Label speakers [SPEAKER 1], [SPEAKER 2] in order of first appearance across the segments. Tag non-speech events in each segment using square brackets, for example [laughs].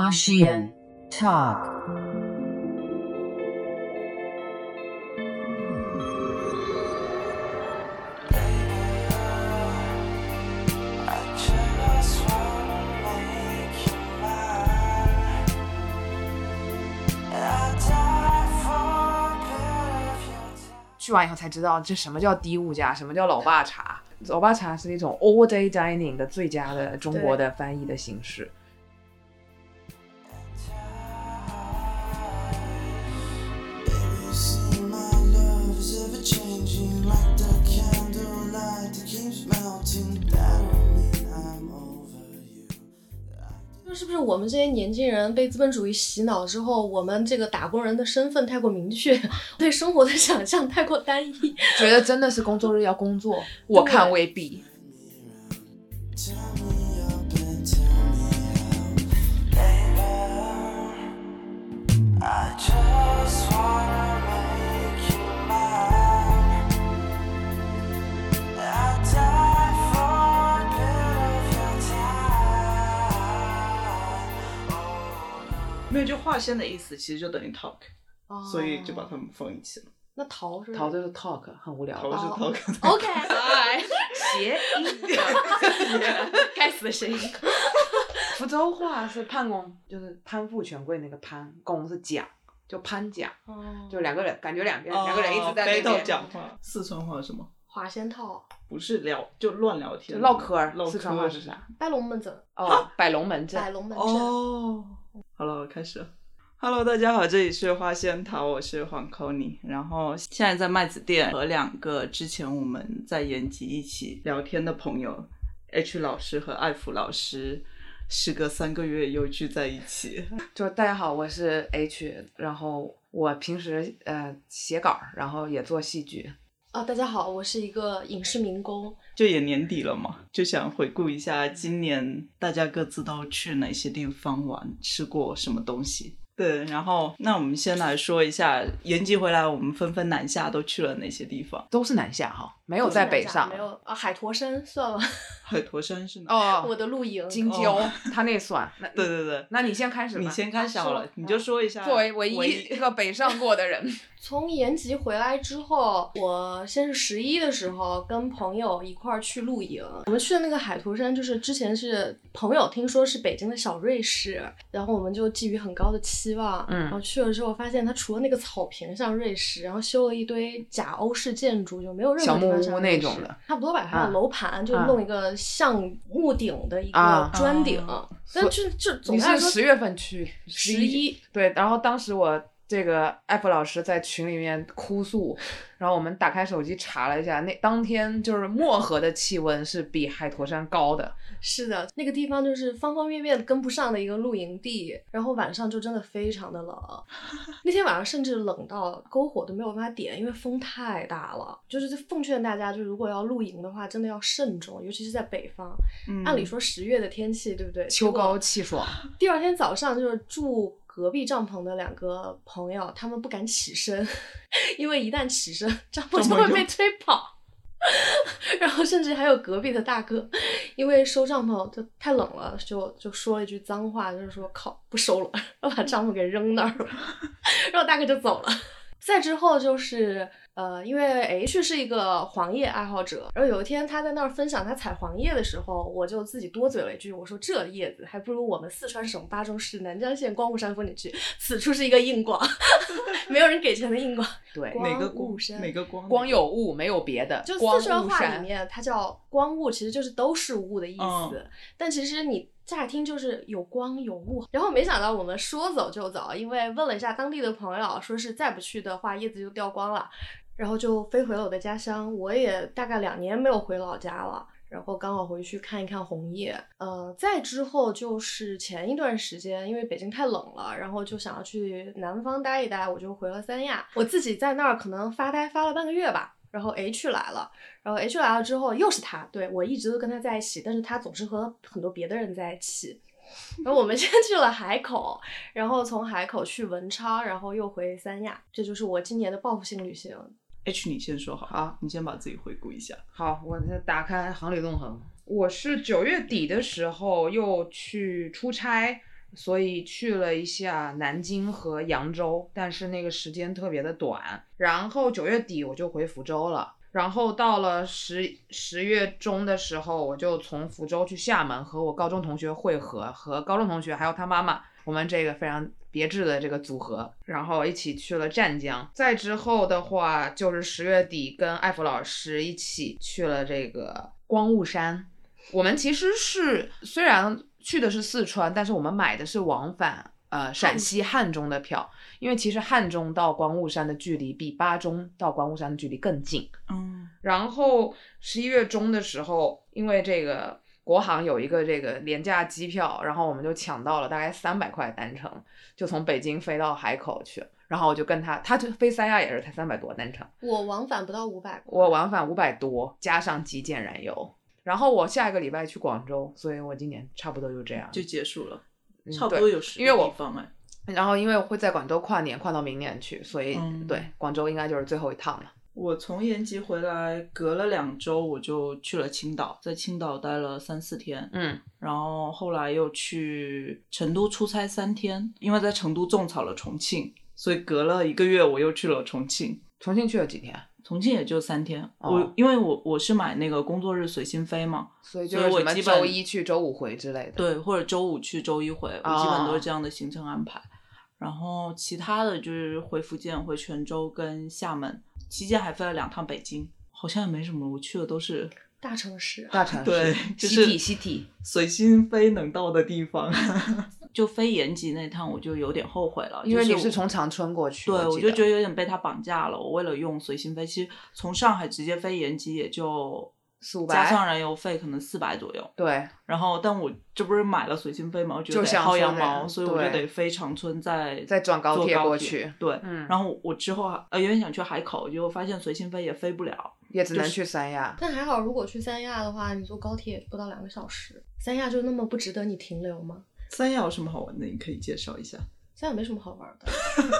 [SPEAKER 1] Washian Talk.
[SPEAKER 2] I
[SPEAKER 3] 去完以后才知道这什么叫低物价，什么叫老爸茶。老爸茶是一种 all day dining 的最佳的中国的翻译的形式。
[SPEAKER 4] 就是不是我们这些年轻人被资本主义洗脑之后，我们这个打工人的身份太过明确， [laughs] 对生活的想象太过单一，
[SPEAKER 3] 觉得真的是工作日要工作，我看未必。
[SPEAKER 2] just wanna make you mine. I die for a bit of your time. Oh,
[SPEAKER 5] 没有，就划线的意思其实就等于 talk，、所
[SPEAKER 3] 哦
[SPEAKER 5] 以就把它们放一起了。
[SPEAKER 4] 那逃是
[SPEAKER 3] 桃就是 talk，很无聊
[SPEAKER 5] 桃
[SPEAKER 3] 吧。
[SPEAKER 5] 是
[SPEAKER 3] [laughs]
[SPEAKER 5] talk，、
[SPEAKER 4] OK，
[SPEAKER 3] 谐音。 [laughs]
[SPEAKER 4] 该死的谁？
[SPEAKER 3] 福州话是潘公，就是攀附权贵那个攀，公是甲，就攀甲，
[SPEAKER 4] 哦
[SPEAKER 3] 就两个人，感觉两边、两个人一直在那
[SPEAKER 5] 背
[SPEAKER 3] 边
[SPEAKER 5] 到讲话。四川话是什么？
[SPEAKER 4] 花仙套、
[SPEAKER 5] 不是聊，就乱聊
[SPEAKER 3] 就
[SPEAKER 5] 天，
[SPEAKER 3] 唠嗑儿。
[SPEAKER 5] 唠嗑
[SPEAKER 3] 四川话是啥？
[SPEAKER 4] 摆龙门阵、
[SPEAKER 3] 哦，摆龙门阵
[SPEAKER 4] 摆。龙门阵。
[SPEAKER 5] 哦，好了，开始了。Hello，大家好，这里是花仙桃，我是黄扣你。然后现在在麦子店和两个之前我们在延吉一起聊天的朋友 H 老师和艾福老师，时隔三个月又聚在一起。
[SPEAKER 3] 就大家好，我是 H，然后我平时呃写稿儿，然后也做戏剧。
[SPEAKER 4] 啊，大家好，我是一个影视民工，
[SPEAKER 5] 就也年底了嘛，就想回顾一下今年大家各自都去哪些地方玩，吃过什么东西。对，然后那我们先来说一下，延吉回来我们纷纷南下都去了哪些地方？
[SPEAKER 3] 都是南下哈，没
[SPEAKER 4] 没
[SPEAKER 3] 有在北上
[SPEAKER 4] 没。有啊，海坨山算了，
[SPEAKER 5] 海坨山是哪？
[SPEAKER 4] [laughs] 我
[SPEAKER 3] 哦，
[SPEAKER 4] 的露营。
[SPEAKER 3] 京郊，他那算。那
[SPEAKER 5] 对对对，
[SPEAKER 3] 那你先开始吧。
[SPEAKER 5] 你先开始好
[SPEAKER 4] 啊
[SPEAKER 5] 了
[SPEAKER 4] 说，
[SPEAKER 5] 你就说一下。
[SPEAKER 3] 作为唯一一个北上过的人，
[SPEAKER 4] 从延吉回来之后，我先是十一的时候跟朋友一块儿去露营。我们去的那个海图山，就是之前是朋友听说是北京的小瑞士，然后我们就寄予很高的期望。
[SPEAKER 3] 嗯
[SPEAKER 4] 然后去了之后发现，它除了那个草坪像瑞士，然后修了一堆假欧式建筑，就没有任
[SPEAKER 3] 小
[SPEAKER 4] 何地
[SPEAKER 3] 木
[SPEAKER 4] 方像
[SPEAKER 3] 屋
[SPEAKER 4] 瑞
[SPEAKER 3] 那种
[SPEAKER 4] 士
[SPEAKER 3] 的。
[SPEAKER 4] 差不多吧，它
[SPEAKER 3] 啊
[SPEAKER 4] 的楼盘就
[SPEAKER 3] 啊
[SPEAKER 4] 弄一个像木顶的一个
[SPEAKER 3] 啊
[SPEAKER 4] 砖顶，
[SPEAKER 5] 哦
[SPEAKER 4] 但就就总
[SPEAKER 3] 你
[SPEAKER 4] 的来
[SPEAKER 3] 是
[SPEAKER 4] 说
[SPEAKER 3] 十月份去，
[SPEAKER 4] 十一
[SPEAKER 3] 对，然后当时我这个艾弗老师在群里面哭诉，然后我们打开手机查了一下，那当天就是漠河的气温是比海坨山高的，
[SPEAKER 4] 是的，那个地方就是方方面面跟不上的一个露营地，然后晚上就真的非
[SPEAKER 3] [laughs]
[SPEAKER 4] 常的冷。那天晚上甚至冷到篝火都没有办法点，因为风太大了。就是奉劝大家，就如果要露营的话，真的要慎重，尤其是在北方。
[SPEAKER 5] 嗯
[SPEAKER 4] 按理，说十月的天气，对不对？
[SPEAKER 3] 秋
[SPEAKER 4] 结果
[SPEAKER 3] 高气爽。
[SPEAKER 4] 第二天早上就是住隔壁帐篷的两个朋友，他们不敢起身， [laughs] 因为一旦起身，帐篷
[SPEAKER 5] 帐
[SPEAKER 4] 就
[SPEAKER 5] 篷
[SPEAKER 4] 会
[SPEAKER 5] 就
[SPEAKER 4] 被吹跑。 [laughs] 然后甚至还有隔壁的大哥，因为收帐篷就太冷了，就就说了一句脏话，就是说靠不收了， [laughs] 然后把帐篷给扔那儿了， [laughs] 然后大哥就走了。再之后就是，呃，因为 H 是一个黄叶爱好者，然后有一天他在那儿分享他采黄叶的时候，我就自己多嘴了一句，我说这叶子还不如我们四川省巴中市南江县光雾山风景区，此处是一个硬广， [laughs] 没有人给钱的硬广。
[SPEAKER 3] 对，
[SPEAKER 4] 光
[SPEAKER 5] 哪个
[SPEAKER 4] 雾
[SPEAKER 5] 光
[SPEAKER 4] 山
[SPEAKER 5] 哪个光
[SPEAKER 3] 光有雾没有别的，
[SPEAKER 4] 就
[SPEAKER 3] 光
[SPEAKER 4] 四川
[SPEAKER 3] 雾
[SPEAKER 4] 话
[SPEAKER 3] 山
[SPEAKER 4] 里面，它叫光雾，其实就是都是雾的意思。
[SPEAKER 5] 嗯
[SPEAKER 4] 但其实你乍听就是有光有雾，然后没想到我们说走就走，因为问了一下当地的朋友，说是再不去的话叶子就掉光了，然后就飞回了我的家乡。我也大概两年没有回老家了。然后刚好回去看一看红叶，呃，再之后就是前一段时间，因为北京太冷了，然后就想要去南方待一待，我就回了三亚。我自己在那儿可能发呆发了半个月吧，然后 H 来了，然后 H 来了之后又是他，对我一直都跟他在一起，但是他总是和很多别的人在一起。然后我们 [laughs] 先去了海口，然后从海口去文昌，然后又回三亚，这就是我今年的报复性旅行。
[SPEAKER 5] H，你先说好，
[SPEAKER 3] 好，
[SPEAKER 5] 你先把自己回顾一下。
[SPEAKER 3] 好，我再打开航旅纵横。我是九月底的时候又去出差，所以去了一下南京和扬州，但是那个时间特别的短。然后九月底我就回福州了，然后到了十十月中的时候，我就从福州去厦门和我高中同学会合，和高中同学还有他妈妈，我们这个非常别致的这个组合，然后一起去了湛江。再之后的话，就是十月底跟艾弗老师一起去了这个光雾山。我们其实是虽然去的是四川，但是我们买的是往返呃陕西汉中的票，因为其实汉中到光雾山的距离比巴中到光雾山的距离更近。
[SPEAKER 5] 嗯，
[SPEAKER 3] 然后十一月中的时候，因为这个国航有一个这个廉价机票，然后我们就抢到了大概三百块单程，就从北京飞到海口去。然后我就跟他，他就飞三亚也是才三百多单程，
[SPEAKER 4] 我往返不到五百，
[SPEAKER 3] 我往返五百多，加上极简燃油。然后我下一个礼拜去广州，所以我今年差不多就这样。
[SPEAKER 5] 就结束了，
[SPEAKER 3] 嗯
[SPEAKER 5] 差不
[SPEAKER 3] 对
[SPEAKER 5] 多有十
[SPEAKER 3] 因为我
[SPEAKER 5] 个地方哎，
[SPEAKER 3] 然后因为我会在广州跨年，跨到明年去，所以、
[SPEAKER 5] 嗯
[SPEAKER 3] 对广州应该就是最后一趟了。
[SPEAKER 5] 我从延吉回来，隔了两周我就去了青岛，在青岛待了三四天，
[SPEAKER 3] 嗯，
[SPEAKER 5] 然后后来又去成都出差三天，因为在成都种草了重庆，所以隔了一个月我又去了重庆。
[SPEAKER 3] 重庆去了几天，
[SPEAKER 5] 重庆也就三天，
[SPEAKER 3] 哦
[SPEAKER 5] 我因为我我是买那个工作日随心飞嘛，
[SPEAKER 3] 所以就
[SPEAKER 5] 所
[SPEAKER 3] 是
[SPEAKER 5] 以我
[SPEAKER 3] 什么
[SPEAKER 5] 基本
[SPEAKER 3] 周一去，周五回之类的。，
[SPEAKER 5] 对，或者周五去，周一回，我基本都是这样的行程安排。然后其他的就是回福建、回泉州跟厦门，期间还飞了两趟北京，好像也没什么，我去的都是
[SPEAKER 4] 大城市。
[SPEAKER 3] 大城市，
[SPEAKER 5] 对，就
[SPEAKER 3] 西
[SPEAKER 5] 是
[SPEAKER 3] 体西体，
[SPEAKER 5] 随心飞能到的地方。 [laughs] 就飞延吉那趟，我就有点后悔了，
[SPEAKER 3] 因为
[SPEAKER 5] 就
[SPEAKER 3] 你是从长春过去，
[SPEAKER 5] 对，
[SPEAKER 3] 我
[SPEAKER 5] 我
[SPEAKER 3] 记
[SPEAKER 5] 就
[SPEAKER 3] 得
[SPEAKER 5] 觉得有点被他绑架了。我为了用随心飞，其实从上海直接飞延吉也就
[SPEAKER 3] 四五
[SPEAKER 5] 加
[SPEAKER 3] 百，
[SPEAKER 5] 上燃油费可能四百左右。
[SPEAKER 3] 对，
[SPEAKER 5] 然后，但我这不是买了随心飞嘛，我觉
[SPEAKER 3] 就
[SPEAKER 5] 得得
[SPEAKER 3] 想
[SPEAKER 5] 薅
[SPEAKER 3] 说
[SPEAKER 5] 羊
[SPEAKER 3] 的
[SPEAKER 5] 毛，所以我就
[SPEAKER 3] 对
[SPEAKER 5] 得飞长春再
[SPEAKER 3] 再转高
[SPEAKER 5] 坐
[SPEAKER 3] 铁
[SPEAKER 5] 高
[SPEAKER 3] 过
[SPEAKER 5] 铁
[SPEAKER 3] 去。
[SPEAKER 5] 对，
[SPEAKER 3] 嗯
[SPEAKER 5] 然后我之后还呃原本想去海口，结果发现随心飞也飞不了。
[SPEAKER 3] 也只能
[SPEAKER 5] 就是
[SPEAKER 3] 去三亚。
[SPEAKER 4] 但还好，如果去三亚的话，你坐高铁不到两个小时，三亚就那么不值得你停留吗？
[SPEAKER 5] 三亚有什么好玩的？你可以介绍一下。
[SPEAKER 4] 三亚没什么好玩的。
[SPEAKER 3] [laughs]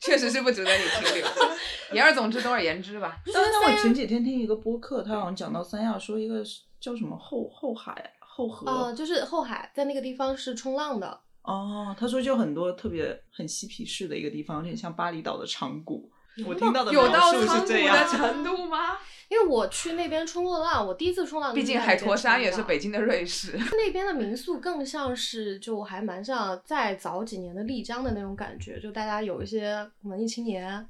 [SPEAKER 3] 确实是不值得你停留。 [laughs] 言而总之，总而言之吧。
[SPEAKER 5] 但但我前几天听一个播客，他好像讲到三亚，说一个是叫什么后后海后河
[SPEAKER 4] 哦、就是后海，在那个地方是冲浪的，
[SPEAKER 5] 哦，他说就很多特别很嬉皮士的一个地方，有点像巴厘岛的长谷。我听到的
[SPEAKER 3] 有到
[SPEAKER 5] 描述
[SPEAKER 3] 仓
[SPEAKER 5] 是
[SPEAKER 3] 谷
[SPEAKER 5] 这
[SPEAKER 3] 的
[SPEAKER 5] 样，
[SPEAKER 3] 程 [laughs] 度吗？
[SPEAKER 4] 因为我去那边冲过浪，我第一次冲浪。
[SPEAKER 3] 毕竟海坨山也是北。京的瑞士。
[SPEAKER 4] 那边的民宿更像是，就还蛮像再早几年的丽江的那种感觉，就大家有一些文艺青年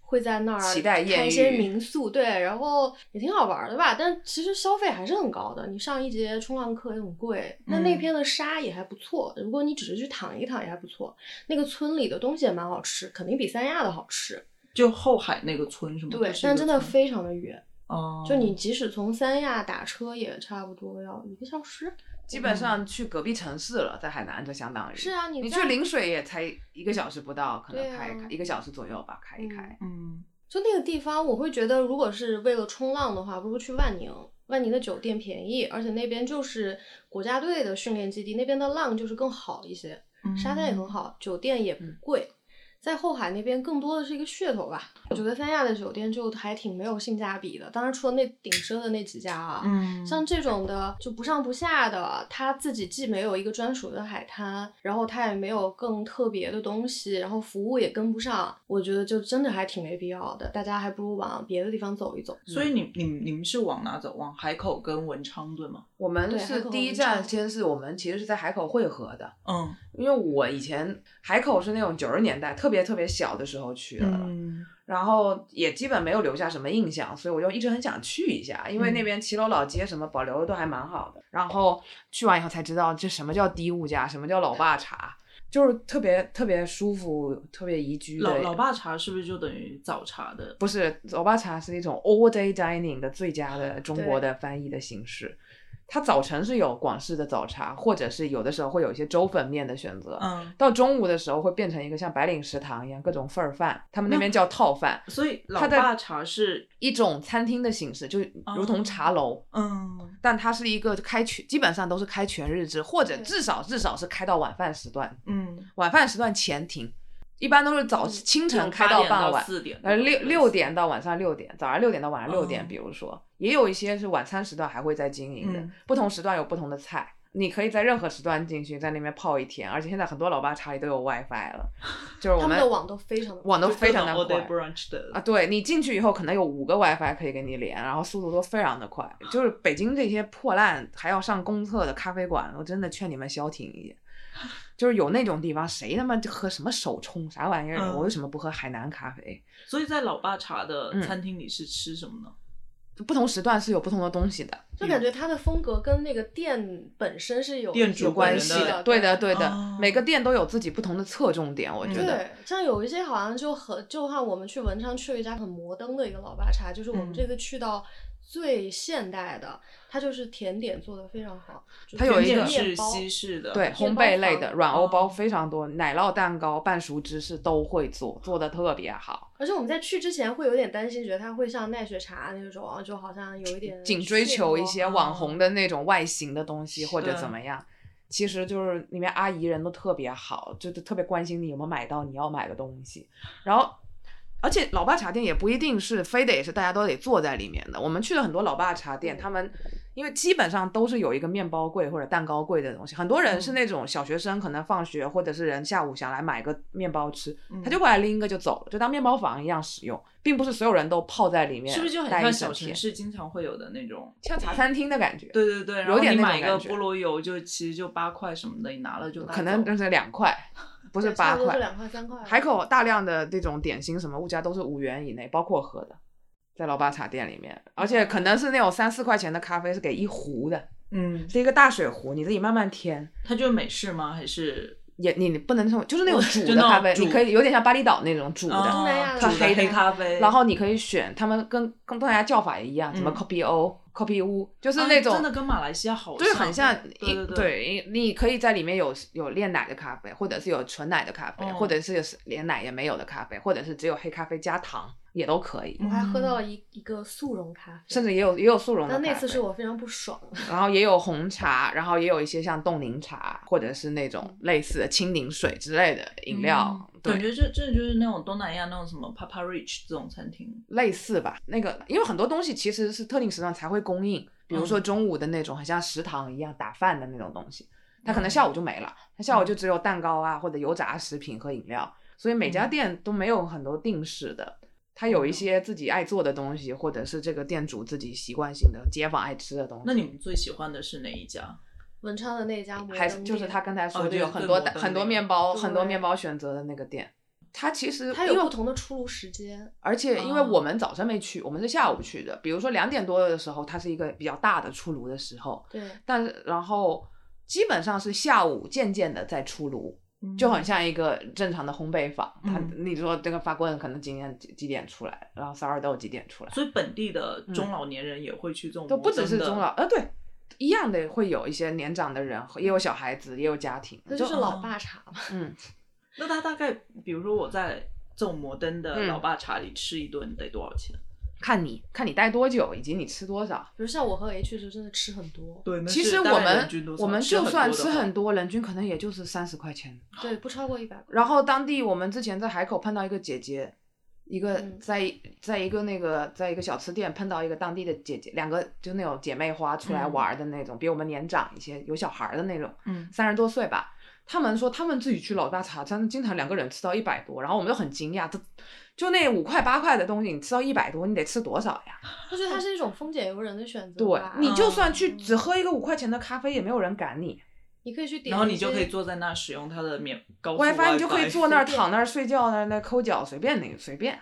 [SPEAKER 4] 会在那儿
[SPEAKER 3] 期待艳遇
[SPEAKER 4] 开一些民宿，对，然后也挺好玩的吧。但其实消费还是很高的，你上一节冲浪课也很贵。那那
[SPEAKER 5] 嗯
[SPEAKER 4] 边的沙也还不错，如果你只是去躺一躺也还不错。那个村里的东西也蛮好吃，肯定比三亚的好吃。
[SPEAKER 5] 就后海那个村什
[SPEAKER 3] 嗯
[SPEAKER 5] 么的
[SPEAKER 4] 对，
[SPEAKER 5] 是一
[SPEAKER 4] 但
[SPEAKER 5] 个
[SPEAKER 4] 真的
[SPEAKER 5] 村
[SPEAKER 4] 非常的远，
[SPEAKER 5] 哦，
[SPEAKER 4] 就你即使从三亚打车也差不多要一个小时。
[SPEAKER 3] [laughs] 基本上去隔壁城市了，在海南这相当于
[SPEAKER 4] 是啊，你
[SPEAKER 3] 你
[SPEAKER 4] 在
[SPEAKER 3] 去陵水也才一个小时不到，可
[SPEAKER 4] 对
[SPEAKER 3] 能
[SPEAKER 4] 啊
[SPEAKER 3] 开一开、一个小时左右吧，开一开。
[SPEAKER 5] 嗯
[SPEAKER 4] 就那个地方，我会觉得，如果是为了冲浪的话，不如去万宁。万宁的酒店便宜，而且那边就是国家队的训练基地，那边的浪就是更好一些，
[SPEAKER 5] 嗯
[SPEAKER 4] 沙滩也很好，酒店也不贵。在后海那边更多的是一个噱头吧，我觉得三亚的酒店就还挺没有性价比的。当然，除了那顶奢的那几家啊，
[SPEAKER 5] 嗯，
[SPEAKER 4] 像这种的就不上不下的，它自己既没有一个专属的海滩，然后它也没有更特别的东西，然后服务也跟不上，我觉得就真的还挺没必要的。大家还不如往别的地方走一走。
[SPEAKER 5] 所以你你们你们是往哪走？往海口跟文昌对吗？
[SPEAKER 3] 我们
[SPEAKER 4] 对海
[SPEAKER 3] 是
[SPEAKER 4] 口
[SPEAKER 3] 第一
[SPEAKER 4] 文
[SPEAKER 3] 站，
[SPEAKER 4] 昌
[SPEAKER 3] 先是我们其实是在海口汇合的，
[SPEAKER 5] 嗯
[SPEAKER 3] 因为我以前海口是那种九十年代特别特别小的时候去的，
[SPEAKER 5] 嗯
[SPEAKER 3] 然后也基本没有留下什么印象，所以我就一直很想去一下，因为
[SPEAKER 5] 嗯
[SPEAKER 3] 那边骑楼老街什么保留的都还蛮好的。然后去完以后才知道，这什么叫低物价，什么叫老爸茶，就是特别特别舒服、特别宜居的。
[SPEAKER 5] 老老爸茶是不是就等于早茶的？
[SPEAKER 3] 不是老爸茶是一种 all day dining 的最佳的中国的翻译的形式。它早晨是有广式的早茶，或者是有的时候会有一些粥粉面的选择。
[SPEAKER 5] 嗯，
[SPEAKER 3] 到中午的时候会变成一个像白领食堂一样各种份儿饭，他们那
[SPEAKER 5] 那
[SPEAKER 3] 边叫套饭。
[SPEAKER 5] 所以老
[SPEAKER 3] 它的
[SPEAKER 5] 爸哦茶是
[SPEAKER 3] 一种餐厅的形式，就如同茶楼，
[SPEAKER 5] 嗯
[SPEAKER 3] 但它是一个开全，基本上都是开全日制，或者
[SPEAKER 4] 对
[SPEAKER 3] 至少至少是开到晚饭时段，
[SPEAKER 5] 嗯，
[SPEAKER 3] 晚饭时段前停，一般都是早
[SPEAKER 4] 嗯
[SPEAKER 3] 清
[SPEAKER 5] 就
[SPEAKER 3] 晨
[SPEAKER 5] 8
[SPEAKER 3] 开
[SPEAKER 5] 点
[SPEAKER 3] 傍晚。
[SPEAKER 5] 四点，
[SPEAKER 3] 呃，六
[SPEAKER 5] 类似
[SPEAKER 3] 六点到晚上六点，早上六点到晚上六点，
[SPEAKER 5] 哦
[SPEAKER 3] 比如说，也有一些是晚餐时段还会在经营的，
[SPEAKER 5] 嗯
[SPEAKER 3] 不同时段有不同的菜，你可以在任何时段进去，在那边泡一天，而且现在很多老爸茶里都有 WiFi 了，就是我
[SPEAKER 4] 他们
[SPEAKER 3] 们
[SPEAKER 4] 的网都非常的
[SPEAKER 3] 网都非常的
[SPEAKER 5] all
[SPEAKER 3] 快
[SPEAKER 5] day brunch 的
[SPEAKER 3] 啊！对你进去以后，可能有五个 WiFi 可以给你连，然后速度都非常的快。就是北京这些破烂还要上公厕的咖啡馆，我真的劝你们消停一下。就是有那种地方，谁他妈就喝什么手冲啥玩意儿？
[SPEAKER 5] 嗯
[SPEAKER 3] 我为什么不喝海南咖啡？
[SPEAKER 5] 所以在老爸茶的
[SPEAKER 3] 嗯
[SPEAKER 5] 餐厅里是吃什么呢？
[SPEAKER 3] 不同时段是有不同的东西的，
[SPEAKER 4] 就感觉它的风格跟那个店本身是有
[SPEAKER 5] 店主
[SPEAKER 4] 有
[SPEAKER 5] 本
[SPEAKER 4] 关
[SPEAKER 5] 人
[SPEAKER 4] 系
[SPEAKER 5] 的
[SPEAKER 3] 对
[SPEAKER 4] 的，
[SPEAKER 3] 的，对的，
[SPEAKER 5] 哦
[SPEAKER 3] 每个店都有自己不同的侧重点，我觉
[SPEAKER 5] 嗯
[SPEAKER 3] 得。
[SPEAKER 4] 对，像有一些好像就很，就像我们去文昌去了一家很摩登的一个老爸茶，就是我们
[SPEAKER 5] 嗯
[SPEAKER 4] 这次去到最现代的，它就是甜点做的非常好，就是
[SPEAKER 3] 它有一
[SPEAKER 5] 甜
[SPEAKER 3] 个
[SPEAKER 5] 点是
[SPEAKER 4] 面包
[SPEAKER 5] 西式的，
[SPEAKER 3] 对，
[SPEAKER 4] 面
[SPEAKER 3] 烘
[SPEAKER 4] 包
[SPEAKER 3] 焙类
[SPEAKER 4] 房
[SPEAKER 3] 的软欧包
[SPEAKER 5] 哦
[SPEAKER 3] 非常多，奶酪蛋糕、半熟芝士都会做，做的特别好，
[SPEAKER 4] 而且我们在去之前会有点担心，觉得它会像奈雪茶那种，就好像有一
[SPEAKER 5] 呃
[SPEAKER 4] 点
[SPEAKER 3] 仅追求一些
[SPEAKER 5] 哦
[SPEAKER 3] 网红的那种外形的东西或者
[SPEAKER 5] 是
[SPEAKER 3] 怎么样。其实就是里面阿姨人都特别好，就特别关心你有没有买到你要买的东西。然后，而且老爸茶店也不一定是非得是大家都得坐在里面的。我们去了很多老爸茶
[SPEAKER 5] 嗯
[SPEAKER 3] 店，他们因为基本上都是有一个面包柜或者蛋糕柜的东西，很多
[SPEAKER 5] 嗯
[SPEAKER 3] 人是那种小学生，可能放学或者是人下午想来买个面包吃，
[SPEAKER 5] 嗯
[SPEAKER 3] 他就过来拎一个就走了，就当面包房一样使用，并不是所有人都泡在里面，
[SPEAKER 5] 是不是就很
[SPEAKER 3] 待一
[SPEAKER 5] 像
[SPEAKER 3] 整
[SPEAKER 5] 小城
[SPEAKER 3] 天
[SPEAKER 5] 市经常会有的那种？
[SPEAKER 3] 像茶餐厅的感觉？
[SPEAKER 5] 对对对，然
[SPEAKER 3] 有
[SPEAKER 5] 后
[SPEAKER 3] 点
[SPEAKER 5] 你
[SPEAKER 3] 那种
[SPEAKER 5] 买一个
[SPEAKER 3] 感觉
[SPEAKER 5] 菠萝油就其实就八块什么的，你拿了就拿
[SPEAKER 3] 可能
[SPEAKER 5] 走
[SPEAKER 3] 就是两块，不
[SPEAKER 4] 不
[SPEAKER 3] 是八块，
[SPEAKER 4] 两块三块，
[SPEAKER 3] 海口大量的这种点心什么物价都是五元以内，包括喝的，在老爸茶店里面，而且可能是那种三四块钱的咖啡是给一壶的，
[SPEAKER 5] 嗯，
[SPEAKER 3] 是一个大水壶，你自己慢慢添。
[SPEAKER 5] 它就是美式吗？还是
[SPEAKER 3] 也你你不能用，就是那种
[SPEAKER 5] 我
[SPEAKER 3] 煮
[SPEAKER 5] 就
[SPEAKER 3] 的
[SPEAKER 5] 那
[SPEAKER 3] 咖
[SPEAKER 5] 种
[SPEAKER 3] 啡，你
[SPEAKER 5] 煮
[SPEAKER 3] 可以有点像巴厘岛那种煮的，
[SPEAKER 5] 哦
[SPEAKER 4] 南亚的
[SPEAKER 5] 煮的
[SPEAKER 3] 咖啡
[SPEAKER 5] 黑咖啡？
[SPEAKER 3] 然后你可以选，他们跟跟东南亚叫法也一样，什么
[SPEAKER 5] 嗯
[SPEAKER 3] copy o、copy u，就是
[SPEAKER 5] 啊
[SPEAKER 3] 那种、
[SPEAKER 5] 真的跟马来西亚好像，哦
[SPEAKER 3] 就是很像
[SPEAKER 5] 对
[SPEAKER 3] 一
[SPEAKER 5] 对
[SPEAKER 3] 对，你可以在里面有有炼奶的咖啡，或者是有纯奶的咖啡，
[SPEAKER 5] 哦
[SPEAKER 3] 或者是有连奶也没有的咖啡，或者是只有黑咖啡加糖也都可
[SPEAKER 5] 嗯
[SPEAKER 3] 以，
[SPEAKER 4] 我还喝到了一一个速溶咖啡，
[SPEAKER 3] 嗯甚至也有也有速溶的
[SPEAKER 4] 但
[SPEAKER 3] 咖啡。
[SPEAKER 4] 那次是我非常不爽，
[SPEAKER 3] 然后也有红茶，然后也有一些像冻柠茶或者是那种类似的青柠水之类的饮料，
[SPEAKER 5] 嗯感
[SPEAKER 3] 对，
[SPEAKER 5] 觉这这就是那种东南亚那种什么 Papa Rich 这种餐厅，
[SPEAKER 3] 类似吧。那个因为很多东西其实是特定时段才会供应，比如说中午的那种，很像食堂一样打饭的那种东西。它可能下午就没了，它下午就只有蛋糕啊或者油炸食品和饮料，所以每家店都没有很多定式的，它有一些自己爱做的东西，或者是这个店主自己习惯性的街坊爱吃的东西。
[SPEAKER 5] 那你们最喜欢的是哪一家？
[SPEAKER 4] 文昌的那家摩登
[SPEAKER 3] 还是就是
[SPEAKER 4] 店
[SPEAKER 3] 他刚才说
[SPEAKER 5] 哦
[SPEAKER 3] 的
[SPEAKER 5] 就是
[SPEAKER 3] 有很多
[SPEAKER 5] 最摩登那个
[SPEAKER 3] 很多面包
[SPEAKER 4] 对
[SPEAKER 3] 很多面包选择的那个店，它其实
[SPEAKER 4] 它
[SPEAKER 3] 因为
[SPEAKER 4] 有不同的出炉时间，
[SPEAKER 3] 而且因为
[SPEAKER 5] 哦
[SPEAKER 3] 我们早上没去，我们是下午去的。比如说两点多的时候，它是一个比较大的出炉的时候，
[SPEAKER 4] 对，
[SPEAKER 3] 但是然后基本上是下午渐渐的在出炉，就很像一个正常的烘焙坊。
[SPEAKER 5] 嗯
[SPEAKER 3] 它你说这个法棍可能今天几几点出来，然后烧二豆几点出来，
[SPEAKER 5] 嗯所以本地的中老年人也会去这
[SPEAKER 3] 嗯
[SPEAKER 5] 种
[SPEAKER 3] 都不只是
[SPEAKER 5] 摩登的
[SPEAKER 3] 中老，呃，对，一样的会有一些年长的人，也有小孩子，也有家庭，
[SPEAKER 4] 那就是
[SPEAKER 3] 就
[SPEAKER 4] 老爸茶嘛，
[SPEAKER 3] 嗯，
[SPEAKER 5] 那他大概，比如说我在这种摩登的
[SPEAKER 3] 嗯
[SPEAKER 5] 老爸茶里吃一顿得多少钱？
[SPEAKER 3] 看你看你待多久，以及你吃多少。
[SPEAKER 4] 比如像我和 H 的时候真的吃很多，
[SPEAKER 5] 对，
[SPEAKER 3] 其实我们我们就算吃很多，人均可能也就是三十块钱。
[SPEAKER 4] 对，不超过一百，
[SPEAKER 3] 然后当地我们之前在海口碰到一个姐姐，一个
[SPEAKER 4] 嗯
[SPEAKER 3] 在、在一个那个在一个小吃店碰到一个当地的姐姐，两个就那种姐妹花出来
[SPEAKER 5] 嗯
[SPEAKER 3] 玩的那种，比我们年长一些，有小孩的那种，
[SPEAKER 5] 嗯，
[SPEAKER 3] 三十多岁吧。他们说他们自己去老大茶餐，经常两个人吃到一百多，然后我们都很惊讶，这就那五块八块的东西，你吃到一百多，你得吃多少呀？
[SPEAKER 4] 我觉得它是一种丰俭由人的选择
[SPEAKER 3] 对
[SPEAKER 4] 吧，
[SPEAKER 3] 你就算去
[SPEAKER 4] 嗯
[SPEAKER 3] 只喝一个五块钱的咖啡，也没有人赶你。
[SPEAKER 4] 你可以去点，
[SPEAKER 5] 然后你就可以。坐在那使用它的免高速
[SPEAKER 3] WiFi 你就可以坐那儿
[SPEAKER 4] 随便
[SPEAKER 3] 躺那儿睡觉那儿那抠脚随便那个随便，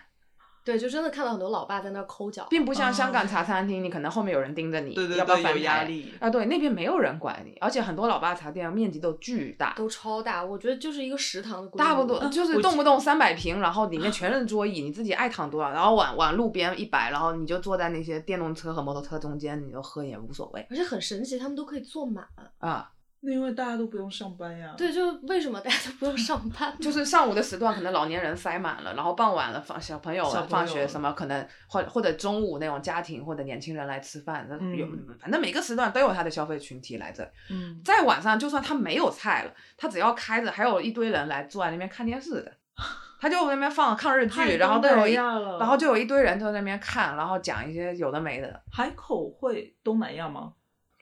[SPEAKER 4] 对，就真的看到很多老爸在那儿抠脚，
[SPEAKER 3] 并不像
[SPEAKER 5] 哦
[SPEAKER 3] 香港茶餐厅，你可能后面有人盯着你，
[SPEAKER 5] [laughs] 对对
[SPEAKER 3] 要不要
[SPEAKER 5] 对，
[SPEAKER 3] 翻
[SPEAKER 5] 有压
[SPEAKER 3] 台
[SPEAKER 5] 力。
[SPEAKER 3] 啊？对，那边没有人管你，而且很多老爸茶店啊面积都巨大，
[SPEAKER 4] 都超大，我觉得就是一个食堂的规模，
[SPEAKER 3] 大不多就是
[SPEAKER 5] 我
[SPEAKER 3] 动不动三百平，然后里
[SPEAKER 5] [laughs]
[SPEAKER 3] 面全是桌椅，你自己爱躺多少，然后往往路边一摆，然后你就坐在那些电动车和摩托车中间，你就喝也无所谓
[SPEAKER 4] 而且很神奇，他们都可以坐满。
[SPEAKER 3] 啊。
[SPEAKER 5] 那因为大家都不用上班呀。
[SPEAKER 4] 对，就是为什么大家都不用上班
[SPEAKER 5] 嗯
[SPEAKER 3] [laughs]
[SPEAKER 4] 呢？
[SPEAKER 3] 就是上午的时段，可能老年人塞满了，然后傍晚了放小朋友
[SPEAKER 5] 小朋
[SPEAKER 3] 了
[SPEAKER 5] 友
[SPEAKER 3] 放学什么，可能或或者中午那种家庭或者年轻人来吃饭，那有、反正每个时段都有他的消费群体来这。
[SPEAKER 5] 嗯，
[SPEAKER 3] 再晚上，就算他没有菜了，他只要开着，还有一堆人来坐在那边看电视
[SPEAKER 5] [laughs]
[SPEAKER 3] 的，他就在那边放抗日剧，然后都有一，
[SPEAKER 5] 然
[SPEAKER 3] 然后就有一堆人就在那边看，然后讲一些有的没的。
[SPEAKER 5] 海口会东南亚吗？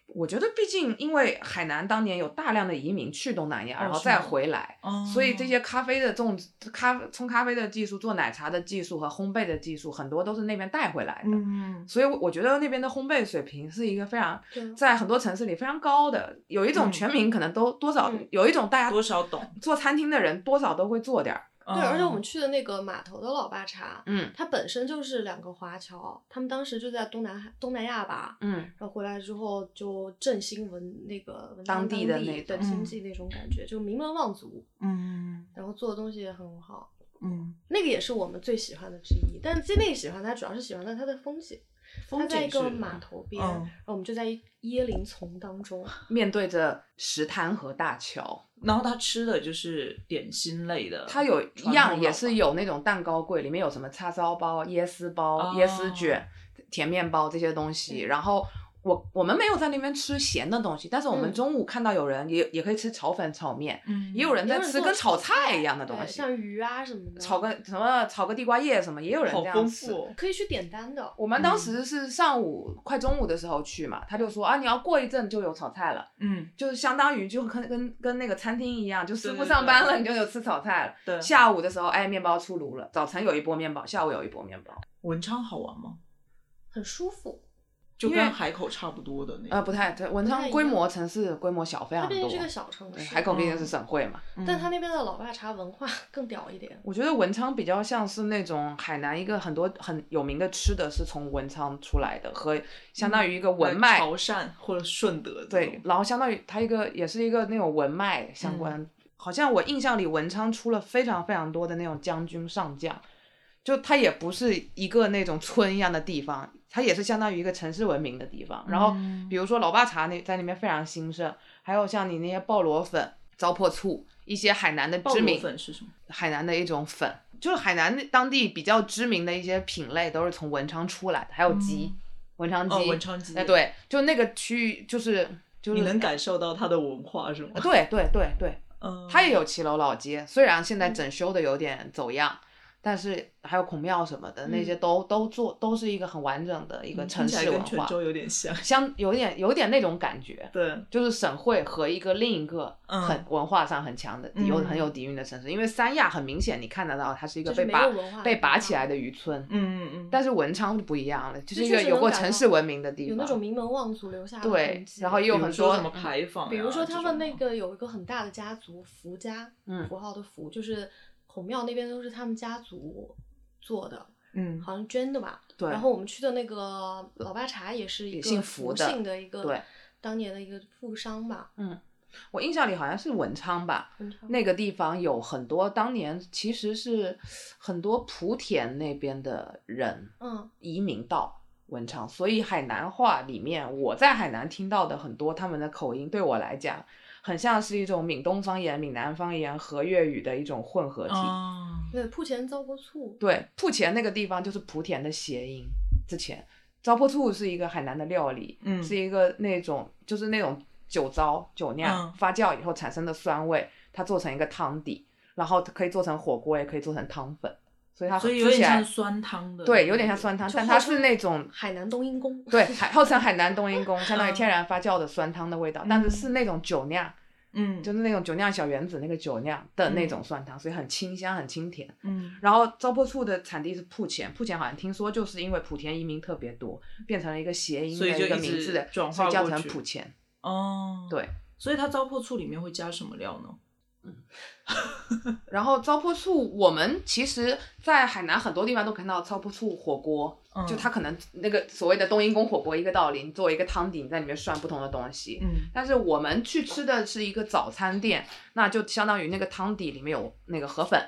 [SPEAKER 3] 我觉得，毕竟因为海南当年有大量的移民去东南亚，
[SPEAKER 5] 哦
[SPEAKER 3] 然后
[SPEAKER 5] 是吗
[SPEAKER 3] 再回来，
[SPEAKER 5] 哦
[SPEAKER 3] 所以这些咖啡的种咖冲咖啡的技术、做奶茶的技术和烘焙的技术，很多都是那边带回来的。
[SPEAKER 5] 嗯，
[SPEAKER 3] 所以我觉得那边的烘焙水平是一个非常
[SPEAKER 4] 对
[SPEAKER 3] 在很多城市里非常高的，有一种
[SPEAKER 5] 啊嗯
[SPEAKER 3] 全民可能都多少
[SPEAKER 4] 嗯
[SPEAKER 3] 有一种大家
[SPEAKER 5] 多少懂。
[SPEAKER 3] 做餐厅的人多少都会做点儿，
[SPEAKER 5] 对
[SPEAKER 4] 对，而且我们去的那个码头的老爸茶，
[SPEAKER 3] 嗯
[SPEAKER 4] 他本身就是两个华侨，他们当时就在东南海东南亚吧，
[SPEAKER 3] 嗯
[SPEAKER 4] 然后回来之后就振兴文那个文
[SPEAKER 3] 当地
[SPEAKER 4] 地
[SPEAKER 3] 的那
[SPEAKER 4] 那
[SPEAKER 3] 种嗯
[SPEAKER 4] 经济那种感觉，就名门望族，
[SPEAKER 5] 嗯
[SPEAKER 4] 然后做的东西也很好，
[SPEAKER 5] 嗯，
[SPEAKER 4] 那个也是我们最喜欢的之一。但是那个喜欢它，主要是喜欢它它的风景，它
[SPEAKER 5] 风
[SPEAKER 4] 在一
[SPEAKER 5] 景是
[SPEAKER 4] 个码头边，
[SPEAKER 5] 嗯，
[SPEAKER 4] 然后我们就在一椰林丛当中，
[SPEAKER 3] 面对着石滩和大桥，
[SPEAKER 5] 然后他吃的就是点心类的，
[SPEAKER 3] 它有一
[SPEAKER 5] 呃传统
[SPEAKER 3] 样
[SPEAKER 5] 老
[SPEAKER 3] 也是有那种蛋糕柜，里面有什么叉烧包、椰丝包、
[SPEAKER 5] 哦
[SPEAKER 3] 椰丝卷、甜面包这些东西，然后。我我们没有在那边吃咸的东西，但是我们
[SPEAKER 4] 嗯
[SPEAKER 3] 中午看到有人也、也可以吃炒粉、炒面，
[SPEAKER 5] 嗯
[SPEAKER 3] 也有人在吃跟炒菜
[SPEAKER 4] 菜
[SPEAKER 3] 一样的东
[SPEAKER 4] 对
[SPEAKER 3] 西，
[SPEAKER 4] 像鱼啊什么的，
[SPEAKER 3] 炒个什么炒个地瓜叶什么，也有人
[SPEAKER 5] 好
[SPEAKER 3] 这样
[SPEAKER 5] 丰
[SPEAKER 3] 吃。
[SPEAKER 5] 富哦，
[SPEAKER 4] 可以去点单的。
[SPEAKER 3] 我们当时是上午、快中午的时候去嘛，他就说啊，你要过一阵就有炒菜了，
[SPEAKER 5] 嗯，
[SPEAKER 3] 就是相当于就跟跟跟那个餐厅一样，就师
[SPEAKER 5] 对
[SPEAKER 3] 傅
[SPEAKER 5] 对
[SPEAKER 3] 上班
[SPEAKER 5] 对
[SPEAKER 3] 了，你就有吃炒菜了。
[SPEAKER 5] 对，
[SPEAKER 3] 下午的时候，哎，面包出炉了，早晨有一波面包，下午有一波面包。
[SPEAKER 5] 文昌好玩吗？
[SPEAKER 4] 很舒服，
[SPEAKER 5] 就
[SPEAKER 3] 因为
[SPEAKER 5] 跟海口差不多的那
[SPEAKER 3] 呃，
[SPEAKER 5] 种，
[SPEAKER 3] 不太，对，文
[SPEAKER 4] 不太
[SPEAKER 3] 昌
[SPEAKER 4] 一
[SPEAKER 3] 规
[SPEAKER 4] 样
[SPEAKER 3] 模城市规模小非
[SPEAKER 4] 它
[SPEAKER 3] 常
[SPEAKER 4] 毕
[SPEAKER 3] 多
[SPEAKER 4] 竟是，个小城
[SPEAKER 3] 对
[SPEAKER 4] 市，
[SPEAKER 3] 海口毕竟
[SPEAKER 5] 嗯
[SPEAKER 3] 是省会嘛。
[SPEAKER 5] 嗯
[SPEAKER 4] 但他那边的老爸茶文化 [laughs] 更屌一点。
[SPEAKER 3] 我觉得文昌比较像是那种海南一个很多很有名的吃的是从文昌出来的，和相
[SPEAKER 4] 嗯
[SPEAKER 3] 当于一个文脉
[SPEAKER 5] 潮汕或者顺德这
[SPEAKER 3] 对
[SPEAKER 5] 种，，
[SPEAKER 3] 然后相当于它一个也是一个那种文脉
[SPEAKER 5] 嗯
[SPEAKER 3] 相关，好像我印象里文昌出了非常非常多的那种将军上将，就它也不是一个那种村一样的地方，它也是相当于一个城市文明的地方。然后
[SPEAKER 5] 嗯
[SPEAKER 3] 比如说老爸茶那在那边非常兴盛，还有像你那些鲍螺粉、糟粕醋，一些海南的
[SPEAKER 5] 爆
[SPEAKER 3] 知
[SPEAKER 5] 米
[SPEAKER 3] 名
[SPEAKER 5] 粉是什么？
[SPEAKER 3] 海南的一种粉，就是海南当地比较知名的一些品类都是从文昌出来的，还有鸡，文昌鸡，
[SPEAKER 5] 哦，文昌
[SPEAKER 4] 嗯
[SPEAKER 5] 鸡，
[SPEAKER 3] 哎，，对，就那个区域就是就是
[SPEAKER 5] 你能感受到它的文化是吗？
[SPEAKER 3] 对对对对，
[SPEAKER 5] 嗯，
[SPEAKER 3] 它也有骑楼老街，虽然现在
[SPEAKER 4] 嗯
[SPEAKER 3] 整修的有点走样，但是还有孔庙什么的，那
[SPEAKER 4] 嗯
[SPEAKER 3] 些都都做都是一个很完整的一个
[SPEAKER 5] 嗯
[SPEAKER 3] 城
[SPEAKER 5] 听起来
[SPEAKER 3] 市文
[SPEAKER 5] 跟泉
[SPEAKER 3] 化，
[SPEAKER 5] 州有点像，
[SPEAKER 3] 相有点有点那种感觉。
[SPEAKER 5] 对，
[SPEAKER 3] 就是省会和一个另一个
[SPEAKER 5] 嗯
[SPEAKER 3] 很文化上很强的、有
[SPEAKER 5] 嗯
[SPEAKER 3] 很有底蕴的城市，因为三亚很明显你看得到它是一个
[SPEAKER 4] 就是
[SPEAKER 3] 被
[SPEAKER 4] 没
[SPEAKER 3] 拔
[SPEAKER 4] 有文化的
[SPEAKER 3] 被
[SPEAKER 4] 地
[SPEAKER 3] 拔
[SPEAKER 4] 方
[SPEAKER 3] 起来的渔村，
[SPEAKER 5] 嗯嗯嗯，
[SPEAKER 3] 但是文昌就不一样了，就
[SPEAKER 4] 就是
[SPEAKER 3] 一
[SPEAKER 4] 确
[SPEAKER 3] 个
[SPEAKER 4] 实
[SPEAKER 3] 有
[SPEAKER 4] 能
[SPEAKER 3] 过
[SPEAKER 4] 感
[SPEAKER 3] 城
[SPEAKER 4] 到
[SPEAKER 3] 市文明的地
[SPEAKER 4] 有
[SPEAKER 3] 方，
[SPEAKER 4] 那种名门望族留下的
[SPEAKER 3] 对
[SPEAKER 4] 痕迹
[SPEAKER 3] 然后也有
[SPEAKER 5] 比如
[SPEAKER 3] 很
[SPEAKER 5] 说
[SPEAKER 3] 多
[SPEAKER 5] 什么牌坊呀，
[SPEAKER 4] 比如说他们
[SPEAKER 5] 这
[SPEAKER 4] 那
[SPEAKER 5] 种，
[SPEAKER 4] 个有一个很大的家族福家，
[SPEAKER 3] 嗯
[SPEAKER 4] 符号的福，就是孔庙那边都是他们家族做的，
[SPEAKER 5] 嗯，
[SPEAKER 4] 好像捐的吧。
[SPEAKER 3] 对，
[SPEAKER 4] 然后我们去的那个老爸茶也是一
[SPEAKER 3] 也
[SPEAKER 4] 个
[SPEAKER 3] 姓福的
[SPEAKER 4] 姓的一个，
[SPEAKER 3] 对，
[SPEAKER 4] 当年的一个富商吧。
[SPEAKER 3] 我印象里好像是文昌吧，
[SPEAKER 4] 文昌
[SPEAKER 3] 那个地方有很多当年其实是很多莆田那边的人
[SPEAKER 4] 嗯，
[SPEAKER 3] 移民到文昌，所以海南话里面我在海南听到的很多他们的口音，对我来讲很像是一种闽东方言、闽南方言和粤语的一种混合体。
[SPEAKER 5] 哦，
[SPEAKER 4] 对，铺前糟过醋，
[SPEAKER 3] 对，莆田那个地方就是莆田的谐音。之前糟粕醋是一个海南的料理，
[SPEAKER 5] 嗯
[SPEAKER 3] 是一个那种就是那种酒糟酒酿、
[SPEAKER 5] 嗯
[SPEAKER 3] 发酵以后产生的酸味，它做成一个汤底，然后可以做成火锅，也可以做成汤粉，所以它
[SPEAKER 5] 所以
[SPEAKER 3] 吃
[SPEAKER 5] 有点
[SPEAKER 3] 起来
[SPEAKER 5] 像酸汤的，
[SPEAKER 3] 对，有点像酸汤，
[SPEAKER 4] 就
[SPEAKER 3] 但
[SPEAKER 4] 号
[SPEAKER 3] 它是
[SPEAKER 4] 称
[SPEAKER 3] 那
[SPEAKER 4] [laughs]
[SPEAKER 3] 种
[SPEAKER 4] 海南冬阴功。 [laughs]
[SPEAKER 3] 对海号称海南冬阴功，相当于
[SPEAKER 5] 嗯
[SPEAKER 3] 天然发酵的酸汤的味道，但是
[SPEAKER 5] 嗯
[SPEAKER 3] 是那种酒酿，
[SPEAKER 5] 嗯，
[SPEAKER 3] 就是那种酒酿小圆子那个酒酿的那种酸汤，所以很清香，很清甜。
[SPEAKER 5] 嗯
[SPEAKER 3] 然后糟粕醋的产地是莆田，莆田好像听说就是因为莆田移民特别多，变成了一个谐音
[SPEAKER 5] 所
[SPEAKER 3] 的
[SPEAKER 5] 以就
[SPEAKER 3] 一个
[SPEAKER 5] 一
[SPEAKER 3] 名
[SPEAKER 5] 直
[SPEAKER 3] 字的，
[SPEAKER 5] 转
[SPEAKER 3] 所以
[SPEAKER 5] 化
[SPEAKER 3] 叫
[SPEAKER 5] 过
[SPEAKER 3] 成
[SPEAKER 5] 去
[SPEAKER 3] 莆田。
[SPEAKER 5] 哦，
[SPEAKER 3] 对，
[SPEAKER 5] 所以它糟粕醋里面会加什么料呢？
[SPEAKER 3] 然后糟粕醋，我们其实在海南很多地方都看到糟粕醋火锅，
[SPEAKER 5] 嗯
[SPEAKER 3] 就它可能那个所谓的冬阴功火锅一个道理，你作为一个汤底，你在里面涮不同的东西。
[SPEAKER 5] 嗯
[SPEAKER 3] 但是我们去吃的是一个早餐店，那就相当于那个汤底里面有那个河粉，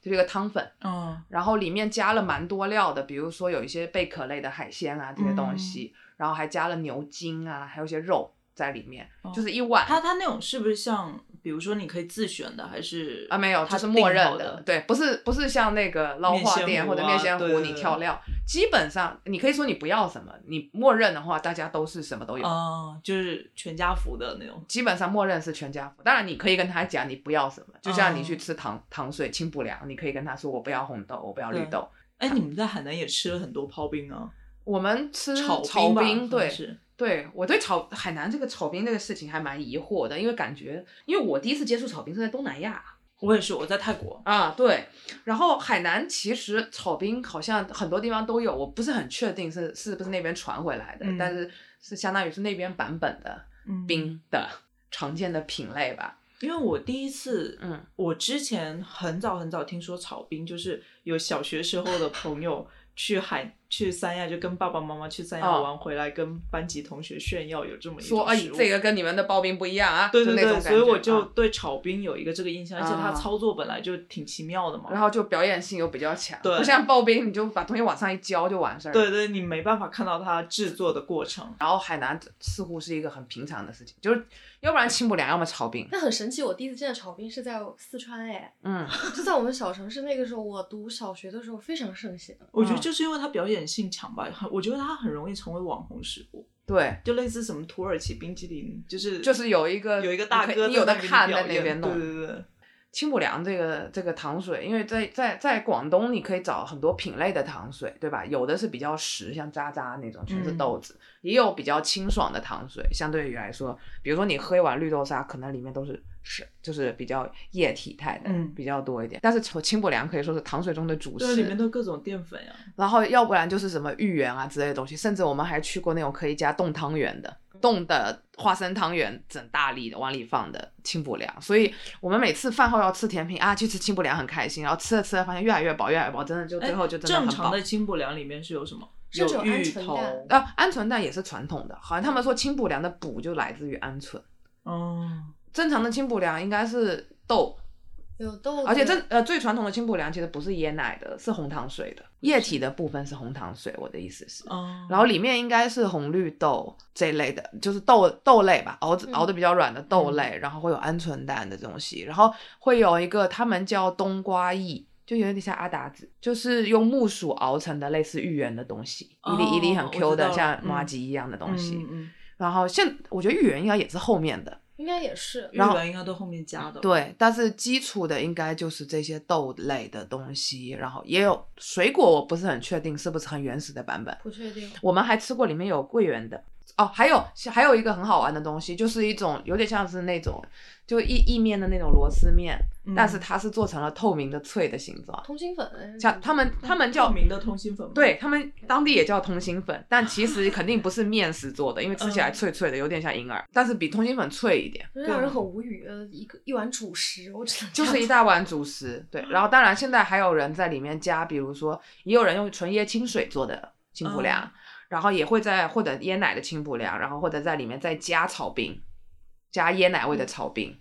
[SPEAKER 3] 就是一个汤粉，
[SPEAKER 5] 嗯
[SPEAKER 3] 然后里面加了蛮多料的，比如说有一些贝壳类的海鲜啊这些东西，
[SPEAKER 5] 嗯
[SPEAKER 3] 然后还加了牛筋啊，还有一些肉在里面，
[SPEAKER 5] 哦
[SPEAKER 3] 就是一碗
[SPEAKER 5] 它它那种是不是像，比如说你可以自选的，还是
[SPEAKER 3] 啊没有，
[SPEAKER 5] 它
[SPEAKER 3] 就是默
[SPEAKER 5] 定
[SPEAKER 3] 认
[SPEAKER 5] 好的？
[SPEAKER 3] 对，不是不是像那个捞化
[SPEAKER 5] 面线
[SPEAKER 3] 店
[SPEAKER 5] 糊
[SPEAKER 3] 或者
[SPEAKER 5] 啊
[SPEAKER 3] 面线
[SPEAKER 5] 对
[SPEAKER 3] 糊
[SPEAKER 5] 对
[SPEAKER 3] 你
[SPEAKER 5] 对
[SPEAKER 3] 调料，基本上你可以说你不要什么，你默认的话大家都是什么都有。
[SPEAKER 5] 哦，就是全家福的那种。
[SPEAKER 3] 基本上默认是全家福，当然你可以跟他讲你不要什么，就像你
[SPEAKER 5] 哦
[SPEAKER 3] 去吃糖糖水清补凉，你可以跟他说我不要红豆，我不要绿
[SPEAKER 5] 对
[SPEAKER 3] 豆。
[SPEAKER 5] 哎，你们在海南也吃了很多刨冰啊，
[SPEAKER 3] 我们吃
[SPEAKER 5] 炒
[SPEAKER 3] 嗯炒
[SPEAKER 5] 吧
[SPEAKER 3] 冰，
[SPEAKER 5] 好像
[SPEAKER 3] 对，
[SPEAKER 5] 是
[SPEAKER 3] 对我对炒海南这个炒冰这个事情还蛮疑惑的，因为感觉，因为我第一次接触炒冰是在东南亚
[SPEAKER 5] 我也是，我在泰国，
[SPEAKER 3] 啊，对，然后海南其实炒冰好像很多地方都有，我不是很确定是是不是那边传回来的，
[SPEAKER 5] 嗯
[SPEAKER 3] 但是是相当于是那边版本的
[SPEAKER 5] 嗯，
[SPEAKER 3] 冰的常见的品类吧，
[SPEAKER 5] 因为我第一次，
[SPEAKER 3] 嗯，
[SPEAKER 5] 我之前很早很早听说炒冰，就是有小学时候的
[SPEAKER 3] [laughs]
[SPEAKER 5] 朋友去海去三亚，就跟爸爸妈妈去三亚
[SPEAKER 3] 哦
[SPEAKER 5] 玩，回来跟班级同学炫耀有这么一
[SPEAKER 3] 说
[SPEAKER 5] 种
[SPEAKER 3] 哎
[SPEAKER 5] 食物。
[SPEAKER 3] 这个跟你们的刨冰不一样啊，
[SPEAKER 5] 对
[SPEAKER 3] 就
[SPEAKER 5] 对
[SPEAKER 3] 那种
[SPEAKER 5] 对，
[SPEAKER 3] 感
[SPEAKER 5] 所以
[SPEAKER 3] 觉
[SPEAKER 5] 我就
[SPEAKER 3] 啊
[SPEAKER 5] 对炒冰有一个这个印象，而且它
[SPEAKER 3] 啊
[SPEAKER 5] 操作本来就挺奇妙的嘛。
[SPEAKER 3] 然后就表演性又比较强，
[SPEAKER 5] 对
[SPEAKER 3] 不像刨冰，你就把东西往上一浇就完事儿。
[SPEAKER 5] 对，对，你没办法看到它制作的过程。
[SPEAKER 3] 然后海南似乎是一个很平常的事情，就是要不然清补凉，要么炒
[SPEAKER 5] [laughs]
[SPEAKER 3] 冰。
[SPEAKER 4] 但很神奇，我第一次见炒冰是在四川，哎，
[SPEAKER 3] 嗯，
[SPEAKER 4] 就在我们小城市。那个时候，我读小学的时候非常盛行。
[SPEAKER 5] 我觉得
[SPEAKER 3] 嗯
[SPEAKER 5] 就是因为它表演性强吧，很我觉得它很容易成为网红食物，
[SPEAKER 3] 对，
[SPEAKER 5] 就类似什么土耳其冰激凌，就是
[SPEAKER 3] 就是有一个
[SPEAKER 5] 有一个大
[SPEAKER 3] 你可以
[SPEAKER 5] 哥
[SPEAKER 3] 你有的
[SPEAKER 5] 在那里
[SPEAKER 3] 看
[SPEAKER 5] 表
[SPEAKER 3] 在那
[SPEAKER 5] 演
[SPEAKER 3] 边弄
[SPEAKER 5] 对对嗯对，
[SPEAKER 3] 清补凉这个这个糖水，因为在在在广东你可以找很多品类的糖水，对吧？有的是比较实，像渣渣那种全是
[SPEAKER 5] 嗯
[SPEAKER 3] 豆子，也有比较清爽的糖水。相对于来说，比如说你喝一碗绿豆沙，可能里面都是是就是比较液体态的，
[SPEAKER 5] 嗯
[SPEAKER 3] 比较多一点。但是清清补凉可以说是糖水中的主
[SPEAKER 5] 对里面
[SPEAKER 3] 食，
[SPEAKER 5] 都各种淀粉呀、
[SPEAKER 3] 然后要不然就是什么芋圆啊之类的东西，甚至我们还去过那种可以加冻汤圆的。冻的花生汤圆，整大粒的往里放的清补凉，所以我们每次饭后要吃甜品啊，去吃清补凉很开心，然后吃着吃着发现越来越饱，越来越饱，真的就
[SPEAKER 5] 哎
[SPEAKER 3] 最后就真的
[SPEAKER 5] 正
[SPEAKER 3] 很饱
[SPEAKER 5] 常。的清补凉里面是有什么？
[SPEAKER 4] 甚至有
[SPEAKER 5] 芋
[SPEAKER 4] 鹌鹑
[SPEAKER 5] 头，
[SPEAKER 4] 蛋
[SPEAKER 3] 呃，鹌鹑蛋也是传统的，好像他们说清补凉的补就来自于鹌鹑，
[SPEAKER 5] 嗯，
[SPEAKER 3] 正常的清补凉应该是豆，
[SPEAKER 4] 有豆子，
[SPEAKER 3] 而且这呃最传统的清补凉其实不是椰奶的，是红糖水的，液体的部分是红糖水，我的意思是。
[SPEAKER 5] 嗯
[SPEAKER 3] 然后里面应该是红绿豆这一类的，就是豆豆类吧，熬
[SPEAKER 4] 嗯
[SPEAKER 3] 熬的比较软的豆
[SPEAKER 5] 嗯
[SPEAKER 3] 类，然后会有鹌鹑蛋的东西，然后会有一个他们叫冬瓜叶，就有点像阿达子，就是用木薯熬成的类似芋圆的东西，一粒一粒很
[SPEAKER 5] 哦
[SPEAKER 3] Q
[SPEAKER 5] 我知
[SPEAKER 3] 的，
[SPEAKER 5] 道了
[SPEAKER 3] 像
[SPEAKER 5] 嗯
[SPEAKER 3] 麻吉一样的东西。
[SPEAKER 5] 嗯嗯，
[SPEAKER 3] 然后现我觉得芋圆应该也是后面的，
[SPEAKER 4] 应该也是
[SPEAKER 5] 日
[SPEAKER 3] 然后
[SPEAKER 5] 本应该都后面加的，，
[SPEAKER 3] 对，但是基础的应该就是这些豆类的东西，然后也有水果，我不是很确定是不是很原始的版本。
[SPEAKER 4] 不确定。
[SPEAKER 3] 我们还吃过里面有桂圆的哦，还有还有一个很好玩的东西，就是一种有点像是那种就意意面的那种螺丝面，
[SPEAKER 5] 嗯
[SPEAKER 3] 但是它是做成了透明的脆的形状，
[SPEAKER 4] 通心粉，啊
[SPEAKER 3] 像他们他们
[SPEAKER 5] 嗯透
[SPEAKER 3] 叫。
[SPEAKER 5] 明的通心粉吗，
[SPEAKER 3] 对他们当地也叫通心粉，但其实肯定不是面食做的，因为吃起来
[SPEAKER 5] 嗯
[SPEAKER 3] 脆脆的，有点像银耳，但是比通心粉脆一点。
[SPEAKER 4] 就让人很无语。呃，一个一碗主食，我只能这
[SPEAKER 3] 啊就
[SPEAKER 4] 样
[SPEAKER 3] 是一大碗主食，对。然后当然现在还有人在里面加，比如说也有人用纯椰清水做的清补凉，
[SPEAKER 5] 嗯
[SPEAKER 3] 然后也会在或者椰奶的清补凉，然后或者在里面再加炒冰，加椰奶
[SPEAKER 4] 嗯
[SPEAKER 3] 味的炒冰，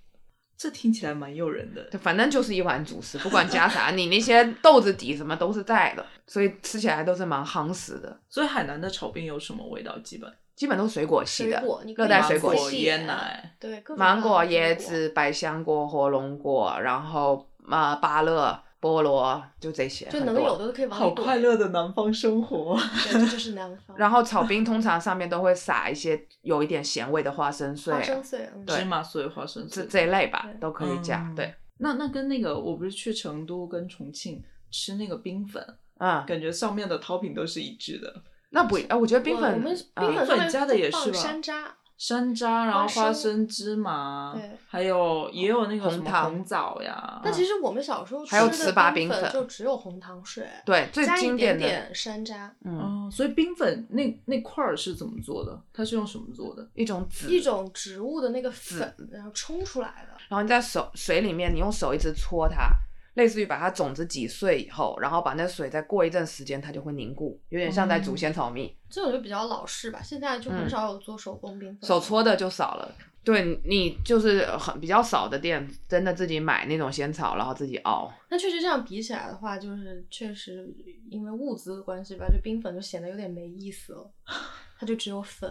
[SPEAKER 5] 这听起来蛮诱人的
[SPEAKER 3] 对，，反正就是一碗主食，不管加啥，你那些豆子底什么都是在的，所以吃起来都是蛮夯实的，
[SPEAKER 5] 所以海南的炒冰有什么味道？基本
[SPEAKER 3] 基本都是水果系
[SPEAKER 4] 水
[SPEAKER 3] 的，
[SPEAKER 4] 果，你可以
[SPEAKER 3] 热带
[SPEAKER 4] 自
[SPEAKER 3] 水果
[SPEAKER 4] 己
[SPEAKER 5] 芒
[SPEAKER 4] 选
[SPEAKER 5] 椰奶，
[SPEAKER 4] 对，各种
[SPEAKER 3] 芒
[SPEAKER 4] 各
[SPEAKER 3] 果、
[SPEAKER 4] 样的水
[SPEAKER 3] 椰子、百香果、火龙果，然后啊、呃芭乐、菠萝，就这些，
[SPEAKER 4] 就
[SPEAKER 3] 很
[SPEAKER 4] 能
[SPEAKER 3] 多
[SPEAKER 4] 有的都可以往里
[SPEAKER 5] 好
[SPEAKER 4] 怼
[SPEAKER 5] 快，乐的南方生活。
[SPEAKER 4] 对，这就是南方。
[SPEAKER 3] 然后炒冰通常上面都会撒一些有一点咸味的花生碎
[SPEAKER 4] 花
[SPEAKER 3] 啊，
[SPEAKER 4] 生碎，嗯，
[SPEAKER 3] 对
[SPEAKER 5] 芝麻碎、花生
[SPEAKER 3] 这
[SPEAKER 5] 碎，
[SPEAKER 3] 这一类吧
[SPEAKER 4] 对
[SPEAKER 3] 都可以加。
[SPEAKER 5] 嗯
[SPEAKER 3] 对，
[SPEAKER 5] 那那跟那个，我不是去成都跟重庆吃那个冰粉，
[SPEAKER 3] 嗯，
[SPEAKER 5] 感觉上面的 topping 都是一致的，
[SPEAKER 3] 那不哎，我觉得冰
[SPEAKER 4] 我
[SPEAKER 3] 粉，
[SPEAKER 4] 我们
[SPEAKER 3] 嗯
[SPEAKER 4] 冰粉上面
[SPEAKER 5] 加的也
[SPEAKER 4] 放
[SPEAKER 5] 是吧
[SPEAKER 4] 山楂，
[SPEAKER 5] 山楂，然后
[SPEAKER 4] 花
[SPEAKER 5] 花
[SPEAKER 4] 生
[SPEAKER 5] 生、芝麻，
[SPEAKER 4] 对
[SPEAKER 5] 还有也有那个什
[SPEAKER 3] 红
[SPEAKER 5] 么
[SPEAKER 3] 糖嗯
[SPEAKER 5] 红枣呀。
[SPEAKER 4] 但其实我们小时候吃
[SPEAKER 3] 还有糍
[SPEAKER 4] 的
[SPEAKER 3] 粑
[SPEAKER 4] 冰
[SPEAKER 3] 冰粉
[SPEAKER 4] 就只有红糖水，
[SPEAKER 3] 对最
[SPEAKER 4] 加一
[SPEAKER 3] 经
[SPEAKER 4] 点
[SPEAKER 3] 典的，
[SPEAKER 4] 点山楂，
[SPEAKER 3] 嗯，
[SPEAKER 5] 哦，所以冰粉那那块儿是怎么做的？它是用什么做的？
[SPEAKER 3] 一种籽，
[SPEAKER 4] 一种植物的那个粉，然后冲出来的。
[SPEAKER 3] 然后你在手水里面，你用手一直搓它。类似于把它种子挤碎以后，然后把那水再过一阵时间，它就会凝固，有点像在煮
[SPEAKER 4] 哦
[SPEAKER 5] 嗯
[SPEAKER 3] 仙草蜜。
[SPEAKER 4] 这种就比较老式吧，现在就很
[SPEAKER 3] 嗯
[SPEAKER 4] 少有做手工冰粉。
[SPEAKER 3] 手搓的就少了。对你就是很比较少的店，真的自己买那种仙草，然后自己熬。
[SPEAKER 4] 那确实这样比起来的话，就是确实因为物资的关系吧，这冰粉就显得有点没意思了。它就只有粉，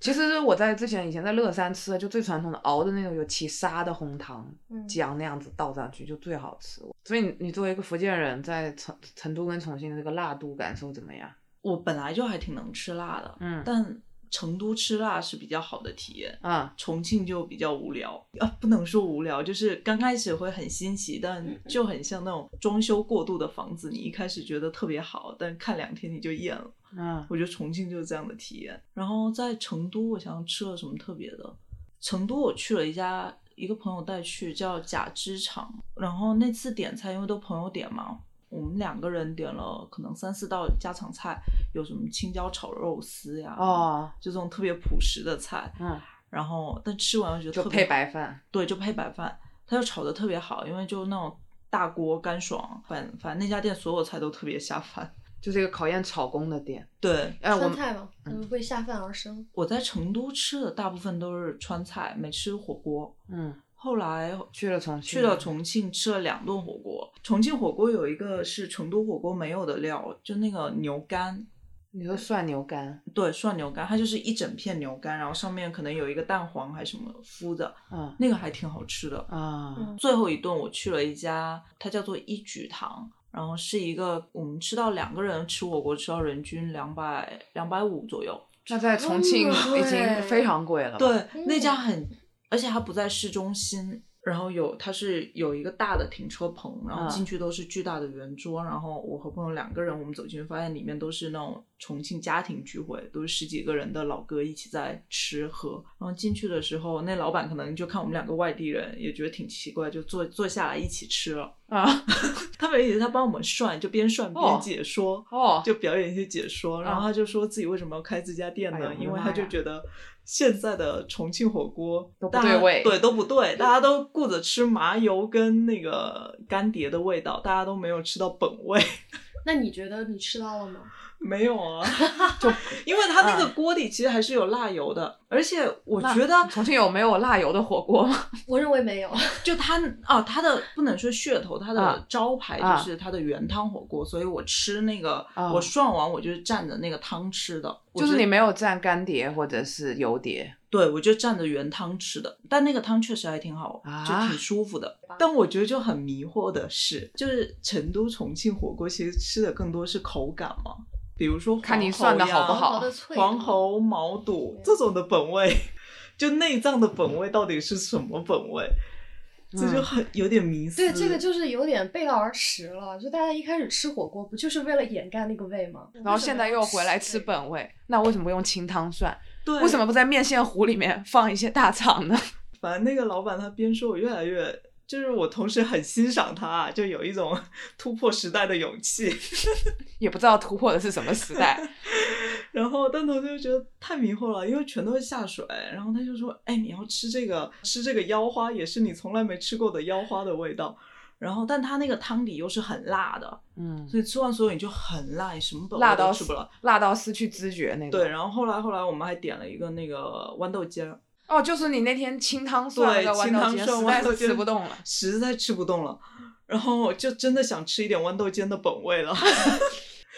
[SPEAKER 3] 其实我在之前以前在乐山吃的，就最传统的熬的那种有起沙的红糖
[SPEAKER 4] 嗯，
[SPEAKER 3] 浆那样子倒上去就最好吃。所以你你作为一个福建人，在成成都跟重庆的这个辣度感受怎么样？
[SPEAKER 5] 我本来就还挺能吃辣的，
[SPEAKER 3] 嗯
[SPEAKER 5] 但成都吃辣是比较好的体验，
[SPEAKER 3] 啊，
[SPEAKER 5] 重庆就比较无聊啊，不能说无聊，就是刚开始会很新奇，但
[SPEAKER 3] 嗯
[SPEAKER 5] 就很像那种装修过度的房子，你一开始觉得特别好，但看两天你就厌了。
[SPEAKER 3] 嗯
[SPEAKER 5] 我觉得重庆就是这样的体验。然后在成都，我想想吃了什么特别的。成都我去了一家，一个朋友带去叫假肢厂，然后那次点菜因为都朋友点嘛，我们两个人点了可能三四道家常菜，有什么青椒炒肉丝呀，，
[SPEAKER 3] 哦，
[SPEAKER 5] 就这种特别朴实的菜。
[SPEAKER 3] 嗯，
[SPEAKER 5] 然后但吃完我觉得
[SPEAKER 3] 就
[SPEAKER 5] 特别
[SPEAKER 3] 配
[SPEAKER 5] 好
[SPEAKER 3] 白饭，
[SPEAKER 5] 对，就配白饭，它就炒的特别好，因为就那种大锅干爽，反反正那家店所有菜都特别下饭。
[SPEAKER 3] 就是一个考验炒功的店。
[SPEAKER 5] 对，
[SPEAKER 3] [laughs] 哎，我
[SPEAKER 4] 川
[SPEAKER 3] 们
[SPEAKER 4] 菜嘛，嗯，为下饭而生。
[SPEAKER 5] 我在成都吃的大部分都是川菜，没吃火锅。
[SPEAKER 3] 嗯
[SPEAKER 5] 后来
[SPEAKER 3] 去了重庆，
[SPEAKER 5] 去了重庆吃了两顿火锅，重庆火锅有一个是成都火锅没有的料，就那个牛肝，
[SPEAKER 3] 你说涮牛肝，
[SPEAKER 5] 对，涮牛肝，它就是一整片牛肝，然后上面可能有一个蛋黄还是什么敷的，
[SPEAKER 3] 嗯
[SPEAKER 5] 那个还挺好吃的。
[SPEAKER 3] 啊
[SPEAKER 4] 嗯
[SPEAKER 5] 最后一顿我去了一家，它叫做一举堂，然后是一个我们吃到两个人吃火锅吃到人均两百两百五左右，
[SPEAKER 3] 那在重庆
[SPEAKER 4] 嗯
[SPEAKER 3] 已经
[SPEAKER 4] 对
[SPEAKER 3] 非常贵了吧，
[SPEAKER 5] 对，那家
[SPEAKER 4] 嗯
[SPEAKER 5] 很，而且它不在市中心，然后有它是有一个大的停车棚，然
[SPEAKER 3] 嗯
[SPEAKER 5] 后进去都是巨大的圆桌，然后我和朋友两个人，我们走进去发现里面都是那种重庆家庭聚会，都是十几个人的老哥一起在吃喝，然后进去的时候，那老板可能就看我们两个外地人，也觉得挺奇怪，就坐坐下来一起吃了。
[SPEAKER 3] 啊
[SPEAKER 5] [laughs] 他没意思，他帮我们涮，就边涮
[SPEAKER 3] 哦
[SPEAKER 5] 边解说。
[SPEAKER 3] 哦，
[SPEAKER 5] 就表演一些解说，然后他就说自己为什么要开这家店
[SPEAKER 3] 哎呦
[SPEAKER 5] 呢？
[SPEAKER 3] 我的
[SPEAKER 5] 因为
[SPEAKER 3] 妈
[SPEAKER 5] 他就
[SPEAKER 3] 呀
[SPEAKER 5] 觉得现在的重庆火锅
[SPEAKER 3] 都不
[SPEAKER 5] 大家
[SPEAKER 3] 对味
[SPEAKER 5] 对都不对，大家都顾着吃麻油跟那个干碟的味道，大家都没有吃到本味。 [laughs]
[SPEAKER 4] 那你觉得你吃到了吗？ [laughs]
[SPEAKER 5] 没
[SPEAKER 3] [laughs]
[SPEAKER 5] 有啊，就因为他那个锅底其实还是有辣油的，而且我
[SPEAKER 3] 嗯辣嗯
[SPEAKER 5] 觉得
[SPEAKER 3] 重庆有没有辣油的火锅吗？
[SPEAKER 4] 我认为没有。
[SPEAKER 5] 就它哦，它的不能说噱头，它
[SPEAKER 3] 啊
[SPEAKER 5] 的招牌
[SPEAKER 3] 啊
[SPEAKER 5] 就是它的原汤火锅，所以我吃那个，
[SPEAKER 3] 啊
[SPEAKER 5] 我涮完我就是蘸着那个汤吃的，我
[SPEAKER 3] 就是
[SPEAKER 5] 觉
[SPEAKER 3] 你
[SPEAKER 5] 得
[SPEAKER 3] 没有蘸干碟或者是油碟
[SPEAKER 5] 对，我就蘸着原汤吃的，但那个汤确实还挺好，
[SPEAKER 3] 啊
[SPEAKER 5] 就挺舒服的。但我觉得就很迷惑的是，就是成都、重庆火锅其实吃的更多是口感嘛，比如说
[SPEAKER 3] 看你涮
[SPEAKER 5] 黄
[SPEAKER 3] 得
[SPEAKER 5] 喉
[SPEAKER 3] 好不
[SPEAKER 5] 呀
[SPEAKER 3] 好
[SPEAKER 4] 黄喉的脆
[SPEAKER 5] 黄
[SPEAKER 4] 度
[SPEAKER 5] 喉、毛肚
[SPEAKER 4] 对
[SPEAKER 5] 这种的本味，就内脏的本味到底是什么本味？这就
[SPEAKER 3] 嗯
[SPEAKER 5] 很有点迷思。
[SPEAKER 4] 对，这个就是有点背道而驰了。就大家一开始吃火锅，不就是为了掩盖那个味吗？
[SPEAKER 3] 然后现在又回来吃
[SPEAKER 4] 本。
[SPEAKER 3] 本味，那为什么不用清汤涮？
[SPEAKER 5] 对，
[SPEAKER 3] 为什么不在面线糊里面放一些大肠呢？ [laughs]
[SPEAKER 5] 反正那个老板他边说，我越来越就是我同时很欣赏他啊，就有一种 [laughs] 突破时代的勇气。
[SPEAKER 3] 也不知道突破的是什么时代。
[SPEAKER 5] [laughs] 然后但同学就觉得太迷惑了，因为全都是下水。然后他就说：“哎，你要吃这个，吃这个腰花也是你从来没吃过的腰花的味道。”然后，但他那个汤底又是很辣的，
[SPEAKER 3] 嗯，
[SPEAKER 5] 所以吃完所有你就很辣，你什么本
[SPEAKER 3] 辣
[SPEAKER 5] 味
[SPEAKER 3] 到
[SPEAKER 5] 都吃不了。
[SPEAKER 3] 辣到失去知觉那种。
[SPEAKER 5] 对，然后后来后来我们还点了一个那个豌豆尖儿，
[SPEAKER 3] 哦，就是你那天清汤涮
[SPEAKER 5] 对
[SPEAKER 3] 那个，豌
[SPEAKER 5] 清
[SPEAKER 3] 豆
[SPEAKER 5] 汤
[SPEAKER 3] 尖，
[SPEAKER 5] 涮
[SPEAKER 3] 实在
[SPEAKER 5] 豌豆
[SPEAKER 3] 是
[SPEAKER 5] 尖
[SPEAKER 3] 吃不动
[SPEAKER 5] [laughs]
[SPEAKER 3] 了。
[SPEAKER 5] 实在吃不动了，然后就真的想吃一点豌豆尖的本
[SPEAKER 3] [laughs]
[SPEAKER 5] 味了。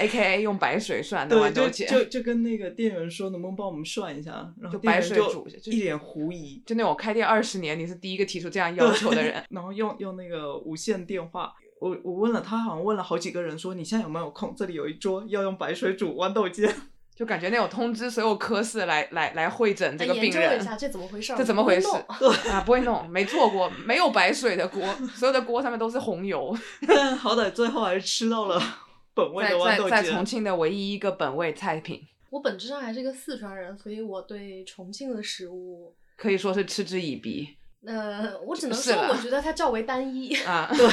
[SPEAKER 3] A K A 用白水涮的
[SPEAKER 5] 对，
[SPEAKER 3] 豌豆
[SPEAKER 5] 就
[SPEAKER 3] 尖，
[SPEAKER 5] 就就跟那个店员说，能不能帮我们涮一下？然后
[SPEAKER 3] 就
[SPEAKER 5] 店
[SPEAKER 3] 白
[SPEAKER 5] 员
[SPEAKER 3] 水
[SPEAKER 5] 就
[SPEAKER 3] 煮就
[SPEAKER 5] 一脸狐疑，
[SPEAKER 3] 就那种开店二十年，你是第一个提出这样要求的
[SPEAKER 5] [laughs]
[SPEAKER 3] 人。
[SPEAKER 5] 然后用用那个无线电话。我我问了他，好像问了好几个人，说你现在有没有空？这里有一桌要用白水煮豌豆尖。
[SPEAKER 3] 就感觉那种通知所有科室来来来会诊这
[SPEAKER 4] 来
[SPEAKER 3] 个
[SPEAKER 4] 研
[SPEAKER 3] 病
[SPEAKER 4] 究了
[SPEAKER 3] 人
[SPEAKER 4] 一，下这怎么回事儿？
[SPEAKER 3] 这怎么回事
[SPEAKER 4] 弄
[SPEAKER 3] [laughs] 啊？不会弄，没做过，没有白水
[SPEAKER 5] [laughs]
[SPEAKER 3] 的锅，所有的锅上面都是红油。
[SPEAKER 5] 但 [laughs] 好歹最后还是吃到了本味
[SPEAKER 3] 在
[SPEAKER 5] 的豌
[SPEAKER 3] 在
[SPEAKER 5] 豆
[SPEAKER 3] 在重
[SPEAKER 5] 尖。
[SPEAKER 3] 庆的唯一一个本味菜品，
[SPEAKER 4] 我本质上还是个四川人，所以我对重庆的食物，
[SPEAKER 3] 可以说是嗤之以鼻
[SPEAKER 4] 呃，我只能
[SPEAKER 3] 是
[SPEAKER 4] 说
[SPEAKER 3] 啦
[SPEAKER 4] 我觉得它较为单
[SPEAKER 3] [laughs]
[SPEAKER 4] 一。
[SPEAKER 3] 啊。
[SPEAKER 5] 对，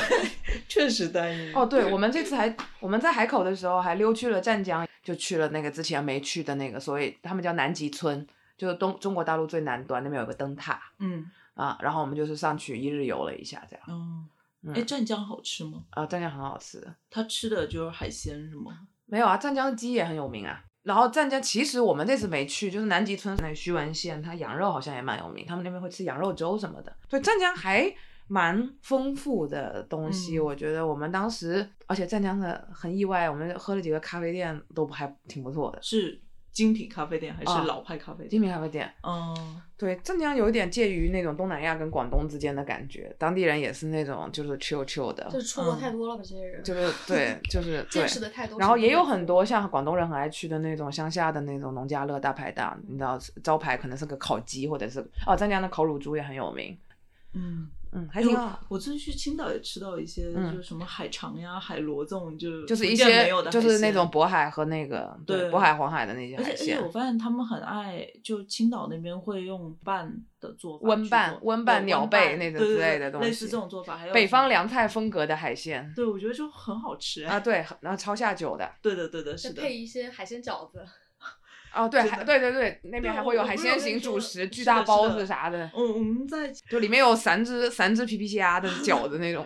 [SPEAKER 5] 确实单一。
[SPEAKER 3] 哦，对，我们这次还我们在海口的时候还溜去了湛江，就去了那个之前没去的那个，所以他们叫南极村，就是东中国大陆最南端那边有个灯塔
[SPEAKER 5] 嗯
[SPEAKER 3] 啊。然后我们就是上去一日游了一下，这样
[SPEAKER 5] 哦，
[SPEAKER 3] 嗯
[SPEAKER 5] 哎，湛江好吃吗？
[SPEAKER 3] 啊，湛江很好吃。
[SPEAKER 5] 他吃的就是海鲜是吗？
[SPEAKER 3] 没有啊，湛江的鸡也很有名啊。然后湛江其实我们这次没去，就是南极村那个徐闻县，它羊肉好像也蛮有名，他们那边会吃羊肉粥什么的。所以湛江还蛮丰富的东西，
[SPEAKER 5] 嗯
[SPEAKER 3] 我觉得我们当时，而且湛江的很意外，我们喝了几个咖啡店都还挺不错的。
[SPEAKER 5] 是精品咖啡店还
[SPEAKER 3] 啊
[SPEAKER 5] 是老派哦咖啡
[SPEAKER 3] 精
[SPEAKER 5] 店？
[SPEAKER 3] 品咖啡店。
[SPEAKER 5] 嗯，
[SPEAKER 3] 对，镇江有一点介于那种东南亚跟广东之间的感觉，当地人也是那种就是 chill chill 的
[SPEAKER 4] 就，是出国太多了吧，这些人
[SPEAKER 3] 嗯就是对，就是对
[SPEAKER 4] 见。识的太多。
[SPEAKER 3] 然后也有
[SPEAKER 4] 什么
[SPEAKER 3] 很多像广东人很爱去的那种乡下的那种农家乐大排档，你知道招牌可能是个烤鸡，或者是哦，湛江的烤乳猪也很有名，
[SPEAKER 5] 嗯，
[SPEAKER 3] 嗯，还
[SPEAKER 5] 哎
[SPEAKER 3] 挺
[SPEAKER 5] 我
[SPEAKER 3] 好。
[SPEAKER 5] 我最近去青岛也吃到一些，
[SPEAKER 3] 嗯
[SPEAKER 5] 就是什么海肠呀、海螺这种，就
[SPEAKER 3] 就是一
[SPEAKER 5] 福建没
[SPEAKER 3] 些
[SPEAKER 5] 有的海
[SPEAKER 3] 就是那
[SPEAKER 5] 鲜
[SPEAKER 3] 种渤海和那个
[SPEAKER 5] 对
[SPEAKER 3] 渤海黄海的那些
[SPEAKER 5] 而且
[SPEAKER 3] 海
[SPEAKER 5] 而且
[SPEAKER 3] 鲜
[SPEAKER 5] 我，发现他们很爱，就青岛那边会用拌的做法去做，
[SPEAKER 3] 温拌温拌
[SPEAKER 5] 对
[SPEAKER 3] 鸟贝
[SPEAKER 5] 温拌
[SPEAKER 3] 那种
[SPEAKER 5] 对对
[SPEAKER 3] 之
[SPEAKER 5] 对
[SPEAKER 3] 类的东
[SPEAKER 5] 类似
[SPEAKER 3] 西
[SPEAKER 5] 这种做法，还有
[SPEAKER 3] 北
[SPEAKER 5] 什
[SPEAKER 3] 方
[SPEAKER 5] 么
[SPEAKER 3] 凉菜风格的海鲜
[SPEAKER 5] 对，我觉得就很好吃哎
[SPEAKER 3] 啊，对，然后超下酒的
[SPEAKER 5] 对的对的，是
[SPEAKER 4] 再
[SPEAKER 5] 的，
[SPEAKER 4] 配一些海鲜饺子，
[SPEAKER 3] 哦，对，
[SPEAKER 5] 是
[SPEAKER 3] 还
[SPEAKER 5] 的
[SPEAKER 3] 对对对，那边
[SPEAKER 5] 对啊
[SPEAKER 3] 还
[SPEAKER 5] 我
[SPEAKER 3] 会有
[SPEAKER 5] 我
[SPEAKER 3] 海
[SPEAKER 5] 朋友
[SPEAKER 3] 鲜
[SPEAKER 5] 跟
[SPEAKER 3] 型
[SPEAKER 5] 你
[SPEAKER 3] 主
[SPEAKER 5] 说
[SPEAKER 3] 食，巨
[SPEAKER 5] 是
[SPEAKER 3] 大
[SPEAKER 5] 的是
[SPEAKER 3] 包
[SPEAKER 5] 的
[SPEAKER 3] 子啥的，
[SPEAKER 5] 嗯我我们在
[SPEAKER 3] 就里面有三只三只皮皮虾
[SPEAKER 5] [laughs]
[SPEAKER 3] 的饺子那种，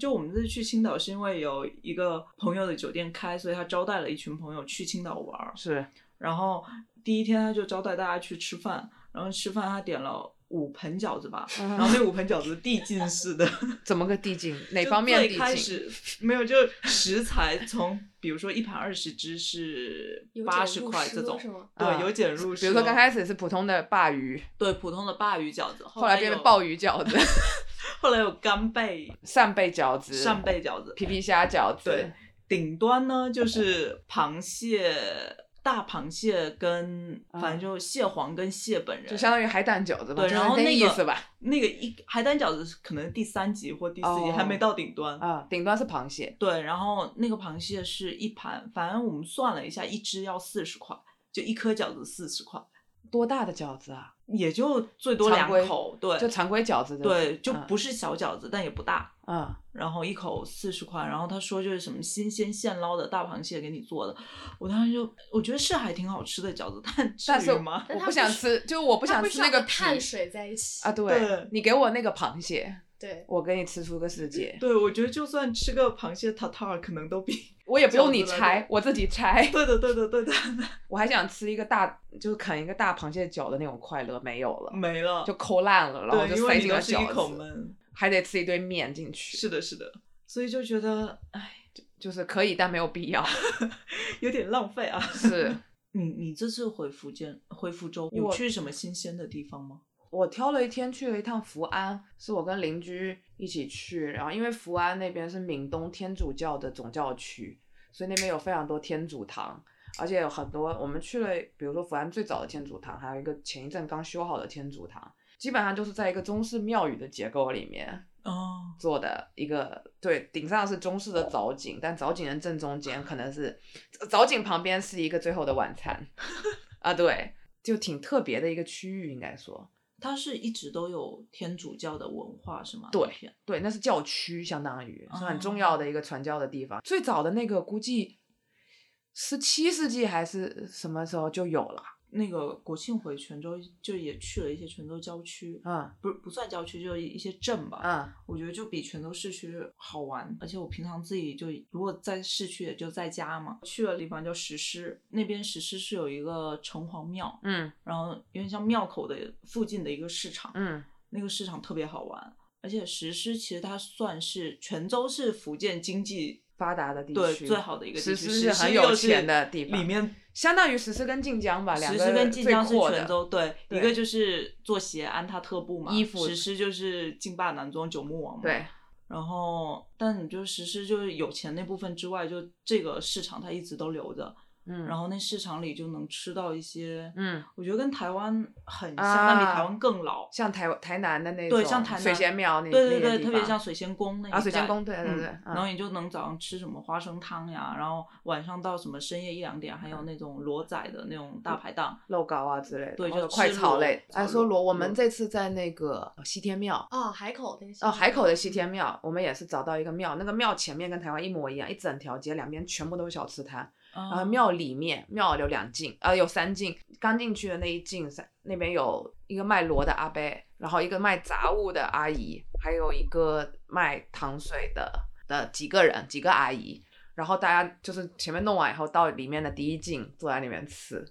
[SPEAKER 5] 就我们这次去青岛是因为有一个朋友的酒店开，所以他招待了一群朋友去青岛玩儿，
[SPEAKER 3] 是
[SPEAKER 5] 然后第一天他就招待大家去吃饭，然后吃饭他点了五盆饺子吧，然后那五盆饺子递进式的。
[SPEAKER 3] 嗯怎么个递进？哪
[SPEAKER 5] 就
[SPEAKER 3] 方面
[SPEAKER 5] 最
[SPEAKER 3] 递
[SPEAKER 5] 开
[SPEAKER 3] 进？
[SPEAKER 5] 始没有，就食材从比如说一盘二十只是
[SPEAKER 4] 由俭
[SPEAKER 5] 八十
[SPEAKER 4] 入
[SPEAKER 5] 块
[SPEAKER 4] 奢
[SPEAKER 5] 这种
[SPEAKER 4] 是吗，
[SPEAKER 5] 对，
[SPEAKER 3] 啊
[SPEAKER 5] 由俭入奢。
[SPEAKER 3] 比如说刚开始是普通的鲅鱼，
[SPEAKER 5] 对普通的鲅鱼饺子，
[SPEAKER 3] 后来变
[SPEAKER 5] 有
[SPEAKER 3] 成鲍鱼饺
[SPEAKER 5] [laughs]
[SPEAKER 3] 子、
[SPEAKER 5] 后来有干贝、
[SPEAKER 3] 扇贝饺子、
[SPEAKER 5] 扇贝饺子，
[SPEAKER 3] 皮皮虾饺子，
[SPEAKER 5] 对，顶端呢就是螃蟹。大螃蟹跟
[SPEAKER 3] 啊
[SPEAKER 5] 反正就蟹黄跟蟹本人，
[SPEAKER 3] 就相当于海胆饺子吧，就
[SPEAKER 5] 对，
[SPEAKER 3] 是
[SPEAKER 5] 然后
[SPEAKER 3] 那
[SPEAKER 5] 那个
[SPEAKER 3] 意思吧。
[SPEAKER 5] 那个一海胆饺子是可能第三集或第四集
[SPEAKER 3] 哦
[SPEAKER 5] 还没到顶端，
[SPEAKER 3] 啊，顶端是螃蟹，
[SPEAKER 5] 对，然后那个螃蟹是一盘，反正我们算了一下，一只要四十块，就一颗饺子四十块，
[SPEAKER 3] 多大的饺子啊？
[SPEAKER 5] 也就最多
[SPEAKER 3] 常
[SPEAKER 5] 两
[SPEAKER 3] 规
[SPEAKER 5] 口，对，
[SPEAKER 3] 就常规饺子的，
[SPEAKER 5] 对，就
[SPEAKER 3] 嗯
[SPEAKER 5] 不是小饺子，但也不大。
[SPEAKER 3] 啊，
[SPEAKER 5] 然后一口四十块，然后他说就是什么新鲜现捞的大螃蟹给你做的，我当时就我觉得是还挺好吃的饺子，但至
[SPEAKER 3] 但是
[SPEAKER 5] 于吗？
[SPEAKER 4] 但
[SPEAKER 3] 我
[SPEAKER 4] 它
[SPEAKER 3] 不
[SPEAKER 4] 不
[SPEAKER 3] 想
[SPEAKER 4] 是
[SPEAKER 3] 吃，就我不想吃那个
[SPEAKER 4] 它不
[SPEAKER 3] 皮
[SPEAKER 4] 是要和碳水在一起
[SPEAKER 3] 啊，对
[SPEAKER 5] 对
[SPEAKER 3] 你给我那个螃蟹，
[SPEAKER 4] 对，
[SPEAKER 3] 我给你吃出个世界，
[SPEAKER 5] 对，我觉得就算吃个螃蟹塔塔尔，可能都比
[SPEAKER 3] [laughs] 我也不用你
[SPEAKER 5] 饺子来
[SPEAKER 3] 拆
[SPEAKER 5] 的，。
[SPEAKER 3] 我自己拆
[SPEAKER 5] 对的对的对的
[SPEAKER 3] 我还想吃一个大，就是啃一个大螃蟹脚的那种快乐没有了，
[SPEAKER 5] 没了，
[SPEAKER 3] 就抠烂了，然后
[SPEAKER 5] 嗯对，
[SPEAKER 3] 就
[SPEAKER 5] 因
[SPEAKER 3] 塞
[SPEAKER 5] 为你
[SPEAKER 3] 进
[SPEAKER 5] 都
[SPEAKER 3] 了
[SPEAKER 5] 是一口
[SPEAKER 3] 饺子，
[SPEAKER 5] 闷，
[SPEAKER 3] 还得吃一堆面进去，
[SPEAKER 5] 是的是的，所以就觉得哎。
[SPEAKER 3] 就是可以，但没有必要。
[SPEAKER 5] 有点浪费啊。
[SPEAKER 3] 是
[SPEAKER 5] 你你这次回福建回福州，有去什么新鲜的地方吗？
[SPEAKER 3] [laughs] 我挑了一天去了一趟福安，是我跟邻居一起去，然后因为福安那边是闽东天主教的总教区，所以那边有非常多天主堂，而且有很多我们去了，比如说福安最早的天主堂，还有一个前一阵刚修好的天主堂，基本上就是在一个中式庙宇的结构里面，
[SPEAKER 5] 哦，
[SPEAKER 3] 做的一个，对，顶上是中式的藻井，但藻井的正中间可能是藻井旁边是一个最后的晚餐 [laughs] 啊，对，就挺特别的一个区域，应该说，
[SPEAKER 5] 它是一直都有天主教的文化是吗？
[SPEAKER 3] 对
[SPEAKER 5] 那片
[SPEAKER 3] 对，那是教区，相当于是很
[SPEAKER 5] 哦
[SPEAKER 3] 重要的一个传教的地方。最早的那个估计十七世纪还是什么时候就有了，
[SPEAKER 5] 那个国庆回泉州就也去了一些泉州郊区，
[SPEAKER 3] 嗯
[SPEAKER 5] 不不算郊区，就是一些镇吧。
[SPEAKER 3] 嗯，
[SPEAKER 5] 我觉得就比泉州市区好玩，而且我平常自己就如果在市区也就在家嘛，去了地方叫石狮，那边石狮是有一个城隍庙，
[SPEAKER 3] 嗯
[SPEAKER 5] 然后有点像庙口的附近的一个市场，
[SPEAKER 3] 嗯
[SPEAKER 5] 那个市场特别好玩，而且石狮其实它算是泉州是福建经济
[SPEAKER 3] 发达的地
[SPEAKER 5] 对
[SPEAKER 3] 区
[SPEAKER 5] 最好的一个地
[SPEAKER 3] 石
[SPEAKER 5] 区，
[SPEAKER 3] 狮
[SPEAKER 5] 石
[SPEAKER 3] 是
[SPEAKER 5] 狮
[SPEAKER 3] 很
[SPEAKER 5] 又
[SPEAKER 3] 有
[SPEAKER 5] 是
[SPEAKER 3] 钱的地方
[SPEAKER 5] 里面
[SPEAKER 3] 相当于石狮跟晋江吧，两
[SPEAKER 5] 石
[SPEAKER 3] 个
[SPEAKER 5] 狮跟晋
[SPEAKER 3] 最
[SPEAKER 5] 江是
[SPEAKER 3] 阔的
[SPEAKER 5] 泉州，对，
[SPEAKER 3] 对
[SPEAKER 5] 一个就是做鞋安踏特步嘛，
[SPEAKER 3] 衣服
[SPEAKER 5] 石狮就是劲霸男装九牧王嘛，
[SPEAKER 3] 对。
[SPEAKER 5] 然后，但你就实施就是有钱那部分之外，就这个市场它一直都留着，
[SPEAKER 3] 嗯，
[SPEAKER 5] 然后那市场里就能吃到一些，
[SPEAKER 3] 嗯，
[SPEAKER 5] 我觉得跟台湾很像，
[SPEAKER 3] 啊
[SPEAKER 5] 但比台湾更老，
[SPEAKER 3] 像台台南的那种，
[SPEAKER 5] 对，像台南
[SPEAKER 3] 水仙庙那
[SPEAKER 5] 对对
[SPEAKER 3] 那些
[SPEAKER 5] 对，
[SPEAKER 3] 地
[SPEAKER 5] 特别
[SPEAKER 3] 方
[SPEAKER 5] 像水仙宫那一
[SPEAKER 3] 啊水仙
[SPEAKER 5] 带
[SPEAKER 3] 宫对对对
[SPEAKER 5] 嗯
[SPEAKER 3] 嗯
[SPEAKER 5] 然后你就能早上吃什么花生汤呀，然后晚上到什么深夜一两点，还有那种裸仔的那种大排档，
[SPEAKER 3] 肉糕啊之类的，
[SPEAKER 5] 对
[SPEAKER 3] 或者
[SPEAKER 5] 就
[SPEAKER 3] 快
[SPEAKER 5] 吃
[SPEAKER 3] 炒
[SPEAKER 5] 螺
[SPEAKER 3] 类。
[SPEAKER 5] 炒
[SPEAKER 3] 哎，说
[SPEAKER 5] 螺
[SPEAKER 3] 罗，我们
[SPEAKER 5] 螺
[SPEAKER 3] 这次在那个西天庙。
[SPEAKER 4] 哦，海口那些
[SPEAKER 3] 哦，海口的西天庙，我们也是找到一个庙，那个庙前面跟台湾一模一样，一整条街两边全部都是小吃摊，然后
[SPEAKER 5] 啊
[SPEAKER 3] 庙里面庙有两进，呃有三进，刚进去的那一进三那边有一个卖螺的阿伯，然后一个卖杂物的阿姨，还有一个卖糖水的的几个人几个阿姨，然后大家就是前面弄完以后，到里面的第一镜坐在里面吃，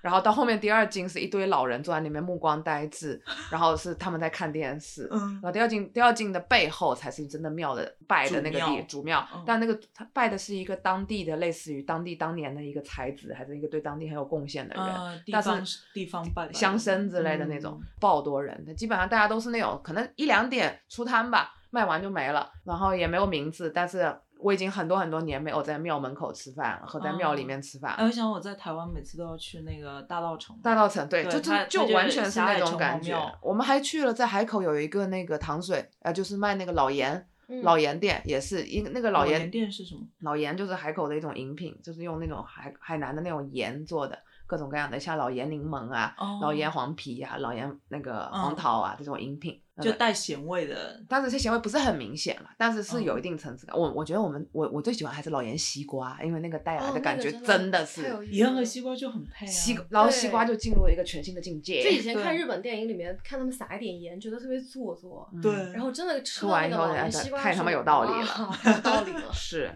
[SPEAKER 3] 然后到后面第二镜是一堆老人坐在里面目光呆滞，然后是他们在看电视，
[SPEAKER 5] 嗯
[SPEAKER 3] 然，后第二镜第二镜的背后才是真的庙的拜的那个
[SPEAKER 5] 主
[SPEAKER 3] 地
[SPEAKER 5] 庙
[SPEAKER 3] 主庙
[SPEAKER 5] 嗯，
[SPEAKER 3] 但那个他拜的是一个当地的类似于当地当年的一个才子，还是一个对当地很有贡献的人，
[SPEAKER 5] 呃，地
[SPEAKER 3] 但是
[SPEAKER 5] 方地方拜拜
[SPEAKER 3] 乡绅之
[SPEAKER 5] 嗯
[SPEAKER 3] 类的那种，爆多人，基本上大家都是那种可能一两点出摊吧，卖完就没了，然后也没有名字，但是我已经很多很多年没有在庙门口吃饭了，和在庙里面吃饭了。
[SPEAKER 5] 哎，我想我在台湾每次都要去那个大道城，
[SPEAKER 3] 大道城对，
[SPEAKER 5] 对
[SPEAKER 3] 就
[SPEAKER 5] 它
[SPEAKER 3] 就
[SPEAKER 5] 它就是
[SPEAKER 3] 完全是
[SPEAKER 5] 狭隘
[SPEAKER 3] 那种
[SPEAKER 5] 城
[SPEAKER 3] 感
[SPEAKER 5] 隍
[SPEAKER 3] 觉
[SPEAKER 5] 庙。
[SPEAKER 3] 我们还去了，在海口有一个那个糖水，呃，就是卖那个老盐，
[SPEAKER 4] 嗯
[SPEAKER 3] 老盐店也是一那个
[SPEAKER 5] 老
[SPEAKER 3] 盐
[SPEAKER 5] 盐店是什么？
[SPEAKER 3] 老盐就是海口的一种饮品，就是用那种海海南的那种盐做的，各种各样的，像老盐柠檬啊，
[SPEAKER 5] 哦
[SPEAKER 3] 老盐黄皮呀、老盐那个
[SPEAKER 4] 嗯
[SPEAKER 3] 黄桃啊、这种饮品，
[SPEAKER 5] 就
[SPEAKER 3] 呃
[SPEAKER 5] 带咸味的，
[SPEAKER 3] 但是这咸味不是很明显了，但是是有
[SPEAKER 5] 嗯
[SPEAKER 3] 一定层次感。我我觉得我们我我最喜欢还是老盐西瓜，因为那个带来
[SPEAKER 4] 哦
[SPEAKER 3] 的
[SPEAKER 4] 那
[SPEAKER 3] 感
[SPEAKER 4] 个
[SPEAKER 3] 觉
[SPEAKER 4] 真
[SPEAKER 3] 的是、
[SPEAKER 4] 太有意思
[SPEAKER 5] 盐和
[SPEAKER 4] 了
[SPEAKER 5] 西瓜就很配啊。
[SPEAKER 3] 西，然后西瓜
[SPEAKER 4] 对
[SPEAKER 3] 就进入了一个全新的境界。
[SPEAKER 4] 就以前
[SPEAKER 5] 对
[SPEAKER 4] 看日本电影里面，看他们撒一点盐，觉得特别做作。
[SPEAKER 3] 嗯
[SPEAKER 5] 对，
[SPEAKER 4] 然后真的吃
[SPEAKER 3] 吃
[SPEAKER 4] 到那
[SPEAKER 3] 完
[SPEAKER 4] 个
[SPEAKER 3] 以后
[SPEAKER 4] 老
[SPEAKER 3] 人
[SPEAKER 4] 年
[SPEAKER 3] 家
[SPEAKER 4] 西瓜
[SPEAKER 3] 太
[SPEAKER 4] 的
[SPEAKER 3] 他妈
[SPEAKER 4] 时候
[SPEAKER 3] 有道理
[SPEAKER 4] 哇
[SPEAKER 3] 了
[SPEAKER 4] 太有道
[SPEAKER 3] [laughs]
[SPEAKER 4] 理了。
[SPEAKER 3] 是，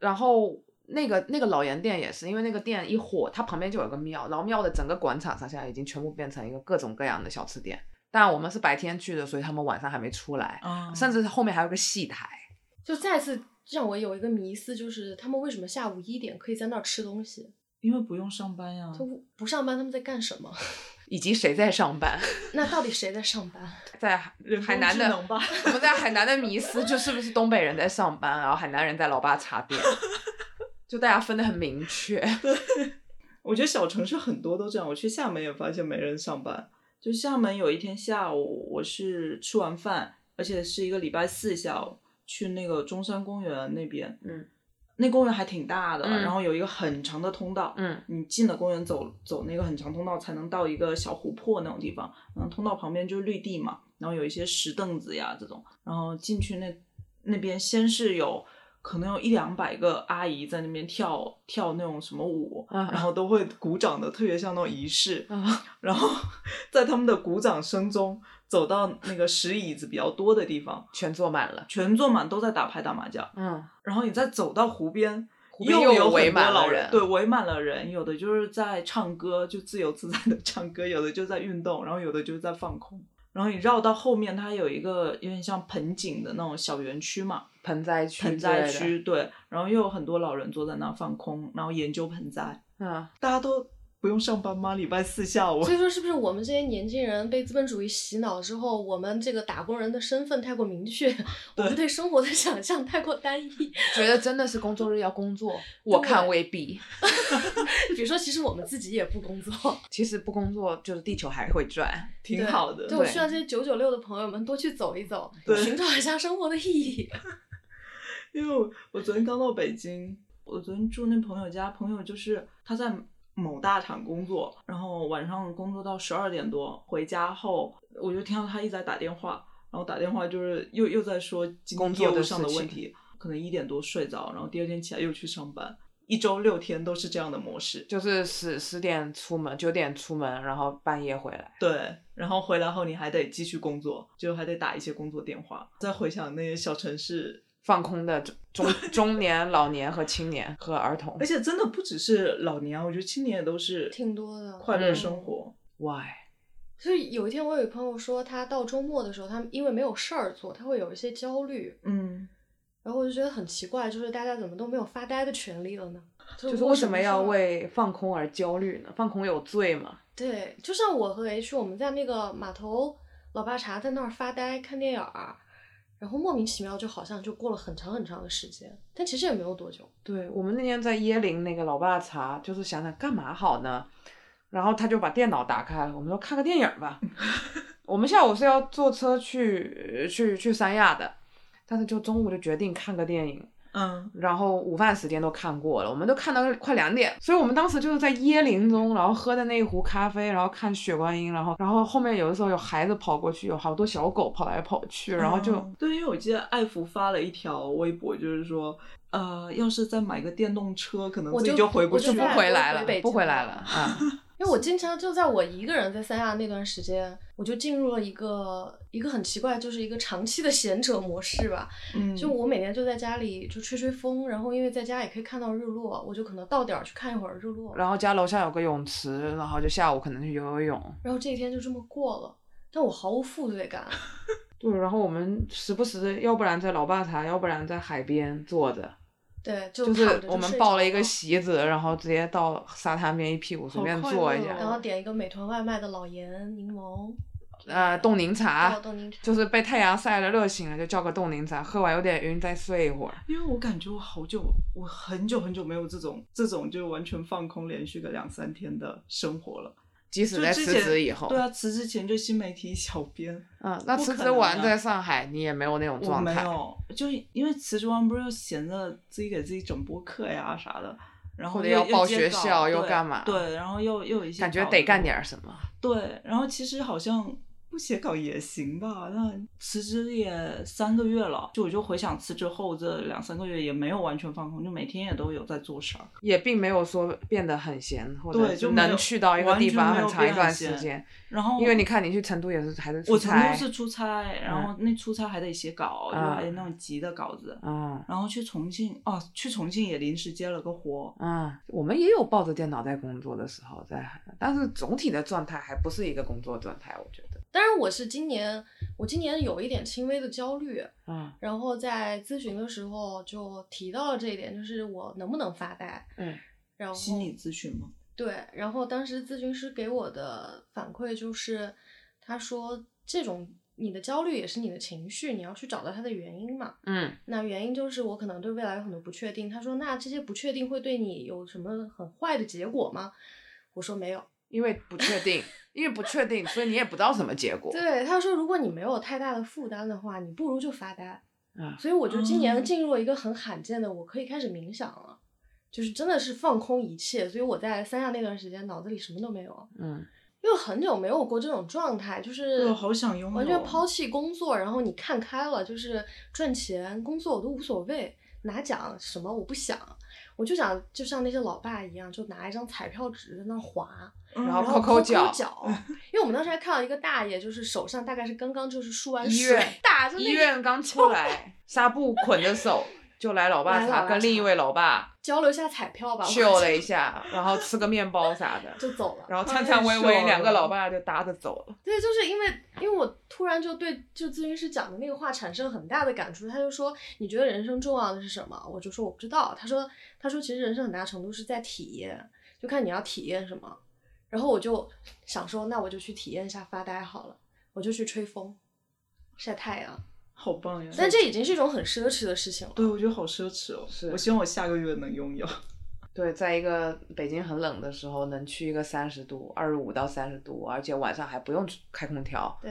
[SPEAKER 3] 然后那个那个老盐店也是，因为那个店一火，它旁边就有个庙，然后庙的整个广场上现在已经全部变成一个各种各样的小吃店。但我们是白天去的，所以他们晚上还没出来，
[SPEAKER 5] 嗯，
[SPEAKER 3] 甚至后面还有个戏台。
[SPEAKER 4] 就再次让我有一个迷思，就是他们为什么下午一点可以在那儿吃东西？
[SPEAKER 5] 因为不用上班呀，
[SPEAKER 3] 嗯
[SPEAKER 4] 就不上班，他们在干什么？ [laughs]
[SPEAKER 3] 以及谁在上班， [laughs]
[SPEAKER 4] 那到底谁在上班？
[SPEAKER 3] 在海
[SPEAKER 5] 人工
[SPEAKER 3] 海南
[SPEAKER 5] 智
[SPEAKER 3] 的
[SPEAKER 5] 能吧
[SPEAKER 3] 我们在海南的迷思就是不是东北人在上班，然后海南人在老爸茶
[SPEAKER 5] [laughs]
[SPEAKER 3] 店，就大家分得很明确。
[SPEAKER 5] 我觉得小城市很多都这样，我去厦门也发现没人上班。就厦门有一天下午，我是吃完饭，而且是一个礼拜四下午，去那个中山公园那边，
[SPEAKER 3] 嗯，
[SPEAKER 5] 那公园还挺大的，
[SPEAKER 3] 嗯
[SPEAKER 5] 然后有一个很长的通道，
[SPEAKER 3] 嗯
[SPEAKER 5] 你进了公园走走那个很长通道，才能到一个小湖泊那种地方。然后通道旁边就是绿地嘛，然后有一些石凳子呀这种。然后进去那那边先是有可能有一两百个阿姨在那边跳跳那种什么舞，
[SPEAKER 3] 啊
[SPEAKER 5] 然后都会鼓掌的，特别像那种仪式。
[SPEAKER 3] 啊，
[SPEAKER 5] 然后 [laughs] 在他们的鼓掌声中，走到那个石椅子比较多的地方，
[SPEAKER 3] 全坐满了。
[SPEAKER 5] 全坐满都在打牌打麻将。
[SPEAKER 3] 嗯，
[SPEAKER 5] 然后你再走到湖边，
[SPEAKER 3] 湖边又
[SPEAKER 5] 又有
[SPEAKER 3] 围
[SPEAKER 5] 很多
[SPEAKER 3] 满了
[SPEAKER 5] 老人，
[SPEAKER 3] 人
[SPEAKER 5] 对，围满了人，有的就是在唱歌，就自由自在的唱歌，有的就在运动，然后有的就在放空。然后你绕到后面，它有一个有点像盆景的那种小园区嘛，
[SPEAKER 3] 盆栽区，
[SPEAKER 5] 盆栽，区，对，然后又有很多老人坐在那放空，然后研究盆栽，
[SPEAKER 3] 嗯，
[SPEAKER 5] 大家都不用上班吗？礼拜四下午
[SPEAKER 4] 所以说，是不是我们这些年轻人被资本主义洗脑之后，我们这个打工人的身份太过明
[SPEAKER 3] [laughs]
[SPEAKER 4] 确，我们对生活的想象太过单一？ [laughs]
[SPEAKER 3] 觉得真的是工作日要工作，我看未必。
[SPEAKER 4] 比如说，其实我们自己也不工作，
[SPEAKER 3] 其实不工作，就是地球还会转。
[SPEAKER 5] 挺好的，
[SPEAKER 4] 对，我希望这些九九六的朋友们多去走一走，
[SPEAKER 5] 对
[SPEAKER 4] 寻找一下生活的意义。 [laughs]
[SPEAKER 5] 因为我我昨天刚到北京，我昨天住那朋友家，朋友就是他在某大厂工作，然后晚上工作到十二点多，回家后我就听到他一直在打电话，然后打电话就是又又在说今
[SPEAKER 3] 工
[SPEAKER 5] 天
[SPEAKER 3] 作
[SPEAKER 5] 业
[SPEAKER 3] 的
[SPEAKER 5] 务上的
[SPEAKER 3] 事
[SPEAKER 5] 问
[SPEAKER 3] 情
[SPEAKER 5] 题，可能一点多睡着，然后第二天起来又去上班，一周六天都是这样的模式。
[SPEAKER 3] 就是十十点出门，九点出门，然后半夜回来。
[SPEAKER 5] 对，然后回来后你还得继续工作，就还得打一些工作电话。再回想那些小城市
[SPEAKER 3] 放空的中 [laughs] 中中年、老年和青年和儿童
[SPEAKER 5] 而且真的不只是老年啊，我觉得青年也都是
[SPEAKER 4] 挺多的
[SPEAKER 5] 快乐
[SPEAKER 3] 嗯
[SPEAKER 5] 生活。
[SPEAKER 3] ，why？
[SPEAKER 4] 所以有一天，我有一朋友说，他到周末的时候，他因为没有事儿做，他会有一些焦虑。
[SPEAKER 5] 嗯，
[SPEAKER 4] 然后我就觉得很奇怪，就是大家怎么都没有发呆的权利了呢？ [laughs] 就
[SPEAKER 3] 就是为什么要为放空而焦虑呢？放空有罪吗？
[SPEAKER 4] 对，就像我和 H，我们在那个码头老爸茶在那儿发呆看电影儿，然后莫名其妙就好像就过了很长很长的时间，但其实也没有多久。
[SPEAKER 3] 对我们那天在椰林那个老爸茶，就是想想干嘛好呢？然后他就把电脑打开了，我们说看个电影
[SPEAKER 4] [laughs]
[SPEAKER 3] 吧。我们下午是要坐车去去去三亚的，但是就中午就决定看个电影，
[SPEAKER 5] 嗯，
[SPEAKER 3] 然后午饭时间都看过了，我们都看到快两点，所以我们当时就是在椰林中，然后喝的那一壶咖啡，然后看《雪观音》，然后然后后面有的时候有孩子跑过去，有好多小狗跑来跑去，然后就、
[SPEAKER 5] 哦对，因为我记得艾福发了一条微博，就是说，呃，要是再买个电动车，可能
[SPEAKER 4] 我
[SPEAKER 5] 自己
[SPEAKER 4] 就
[SPEAKER 5] 回不
[SPEAKER 4] 我就
[SPEAKER 3] 不
[SPEAKER 5] 去
[SPEAKER 4] 再
[SPEAKER 5] 了。
[SPEAKER 4] 也
[SPEAKER 3] 回来了，
[SPEAKER 4] 不回北京
[SPEAKER 3] 不回
[SPEAKER 4] 了
[SPEAKER 3] 来了啊！
[SPEAKER 4] 因为我经常就在我一个人在三亚那段时间，我就进入了一个一个很奇怪，就是一个长期的闲者模式吧。
[SPEAKER 5] 嗯，
[SPEAKER 4] 就我每天就在家里就吹吹风，然后因为在家也可以看到日落，我就可能到点儿去看一会儿日落，
[SPEAKER 3] 然后家楼下有个泳池，然后就下午可能去游游泳。
[SPEAKER 4] 然后这一天就这么过了。但我毫无负罪感，
[SPEAKER 3] 对，然后我们时不时的，要不然在老爸茶，要不然在海边坐着，
[SPEAKER 4] 对，就
[SPEAKER 3] 就
[SPEAKER 4] 躺
[SPEAKER 3] 是
[SPEAKER 4] 着
[SPEAKER 3] 我们
[SPEAKER 4] 睡
[SPEAKER 3] 抱
[SPEAKER 4] 着
[SPEAKER 3] 了一个席子，然后直接到沙滩边一屁股随
[SPEAKER 5] 好
[SPEAKER 3] 便
[SPEAKER 5] 快
[SPEAKER 3] 坐一
[SPEAKER 5] 乐
[SPEAKER 3] 下
[SPEAKER 5] 哦，
[SPEAKER 4] 然后点一个美团外卖的老盐柠檬，
[SPEAKER 3] 呃，冻柠
[SPEAKER 4] 还有
[SPEAKER 3] 茶，
[SPEAKER 4] 冻柠茶，
[SPEAKER 3] 就是被太阳晒得热醒了，就叫个冻柠茶，喝完有点晕，再睡一会儿。
[SPEAKER 5] 因为我感觉我好久，我很久很久没有这种这种就完全放空连续个两三天的生活了。
[SPEAKER 3] 即使
[SPEAKER 5] 就
[SPEAKER 3] 在
[SPEAKER 5] 之
[SPEAKER 3] 辞
[SPEAKER 5] 前
[SPEAKER 3] 职以后，
[SPEAKER 5] 对啊，辞职前就新媒体小编，
[SPEAKER 3] 嗯，那
[SPEAKER 5] 不
[SPEAKER 3] 辞
[SPEAKER 5] 可
[SPEAKER 3] 职
[SPEAKER 5] 能
[SPEAKER 3] 完
[SPEAKER 5] 啊
[SPEAKER 3] 在上海，你也没有那种
[SPEAKER 5] 我
[SPEAKER 3] 状
[SPEAKER 5] 没
[SPEAKER 3] 态。
[SPEAKER 5] 有，就是因为辞职完不是又闲着自己给自己整播课呀啥的，然后
[SPEAKER 3] 或者
[SPEAKER 5] 又
[SPEAKER 3] 要
[SPEAKER 5] 又
[SPEAKER 3] 报
[SPEAKER 5] 接
[SPEAKER 3] 学
[SPEAKER 5] 稿
[SPEAKER 3] 校又
[SPEAKER 5] 对
[SPEAKER 3] 干嘛
[SPEAKER 5] 对，然后又又有一些
[SPEAKER 3] 感觉
[SPEAKER 5] 稿
[SPEAKER 3] 得
[SPEAKER 5] 子
[SPEAKER 3] 干点儿什么。
[SPEAKER 5] 对，然后其实好像不写稿也行吧。那辞职也三个月了，就我就回想辞职后这两三个月也没有完全放空，就每天也都有在做事儿。
[SPEAKER 3] 也并没有说变得很闲，或者
[SPEAKER 5] 对
[SPEAKER 3] 是
[SPEAKER 5] 就没有
[SPEAKER 3] 能去到一个地方
[SPEAKER 5] 完全没
[SPEAKER 3] 很
[SPEAKER 5] 有
[SPEAKER 3] 长一段
[SPEAKER 5] 变
[SPEAKER 3] 时
[SPEAKER 5] 很
[SPEAKER 3] 间
[SPEAKER 5] 闲。然后
[SPEAKER 3] 因为你看，你去成都也是还是出
[SPEAKER 5] 我成
[SPEAKER 3] 差
[SPEAKER 5] 都，是出差，然后那出差还得写稿，就
[SPEAKER 3] 嗯
[SPEAKER 5] 还有那种急的稿子。
[SPEAKER 3] 嗯
[SPEAKER 5] 然后去重庆，哦，去重庆也临时接了个活，
[SPEAKER 3] 嗯，我们也有抱着电脑在工作的时候在，但是总体的状态还不是一个工作状态，我觉得。
[SPEAKER 4] 当然我是今年，我今年有一点轻微的焦虑，
[SPEAKER 5] 啊
[SPEAKER 3] 嗯
[SPEAKER 4] 然后在咨询的时候就提到了这一点，就是我能不能发呆，
[SPEAKER 3] 嗯
[SPEAKER 4] 然后
[SPEAKER 5] 心理咨询嘛，
[SPEAKER 4] 对，然后当时咨询师给我的反馈就是，他说这种你的焦虑也是你的情绪，你要去找到它的原因嘛。
[SPEAKER 3] 嗯
[SPEAKER 4] 那原因就是我可能对未来有很多不确定。他说那这些不确定会对你有什么很坏的结果吗？我说没有。
[SPEAKER 3] 因为不确定，因为不确定，所以你也不知道什么结果。
[SPEAKER 4] 对，他说如果你没有太大的负担的话，你不如就发呆。
[SPEAKER 3] 嗯
[SPEAKER 4] 所以我就今
[SPEAKER 5] 哦
[SPEAKER 4] 年进入了一个很罕见的，我可以开始冥想了，就是真的是放空一切。所以我在三亚那段时间脑子里什么都没有，
[SPEAKER 3] 嗯
[SPEAKER 4] 因为很久没有过这种状态，就是
[SPEAKER 5] 对好想拥有啊
[SPEAKER 4] 完全抛弃工作，然后你看开了，就是赚钱、工作我都无所谓，拿奖什么我不想，我就想就像那些老爸一样，就拿一张彩票纸在那划，
[SPEAKER 5] 嗯
[SPEAKER 3] 然
[SPEAKER 4] 然
[SPEAKER 3] 后
[SPEAKER 4] 后
[SPEAKER 3] 抠抠
[SPEAKER 4] 脚
[SPEAKER 3] 脚，
[SPEAKER 4] 因为我们当时还看到一个大爷，就是手上大概是刚刚就是输完
[SPEAKER 3] 医
[SPEAKER 4] 水
[SPEAKER 3] 院，
[SPEAKER 4] 打着
[SPEAKER 3] 医
[SPEAKER 4] 那个
[SPEAKER 3] 院刚出来，纱布捆着手就来老爸
[SPEAKER 4] 来老
[SPEAKER 3] 茶
[SPEAKER 4] 爸
[SPEAKER 3] 跟另一
[SPEAKER 4] 茶
[SPEAKER 3] 位老爸
[SPEAKER 4] 交流一下彩票吧，我
[SPEAKER 3] 秀了一下，然后吃个面包啥的。
[SPEAKER 4] [laughs] 就走了。
[SPEAKER 3] 然后颤颤巍
[SPEAKER 5] 太
[SPEAKER 3] 巍，
[SPEAKER 5] 爽
[SPEAKER 3] 两个
[SPEAKER 5] 了
[SPEAKER 3] 老爸就搭着走了。
[SPEAKER 4] 对，就是因为因为我突然就对就咨询师讲的那个话产生很大的感触，他就说你觉得人生重要的是什么？我就说我不知道。他说他说其实人生很大程度是在体验，就看你要体验什么。然后我就想说，那我就去体验一下发呆好了，我就去吹风、晒太阳。
[SPEAKER 5] 好棒呀！
[SPEAKER 4] 但这已经是一种很奢侈的事情了。
[SPEAKER 5] 对我觉得好奢侈哦，
[SPEAKER 3] 是
[SPEAKER 5] 我希望我下个月能拥有。
[SPEAKER 3] 对，在一个北京很冷的时候，能去一个三十度、二十五到三十度，而且晚上还不用开空调。
[SPEAKER 4] 对，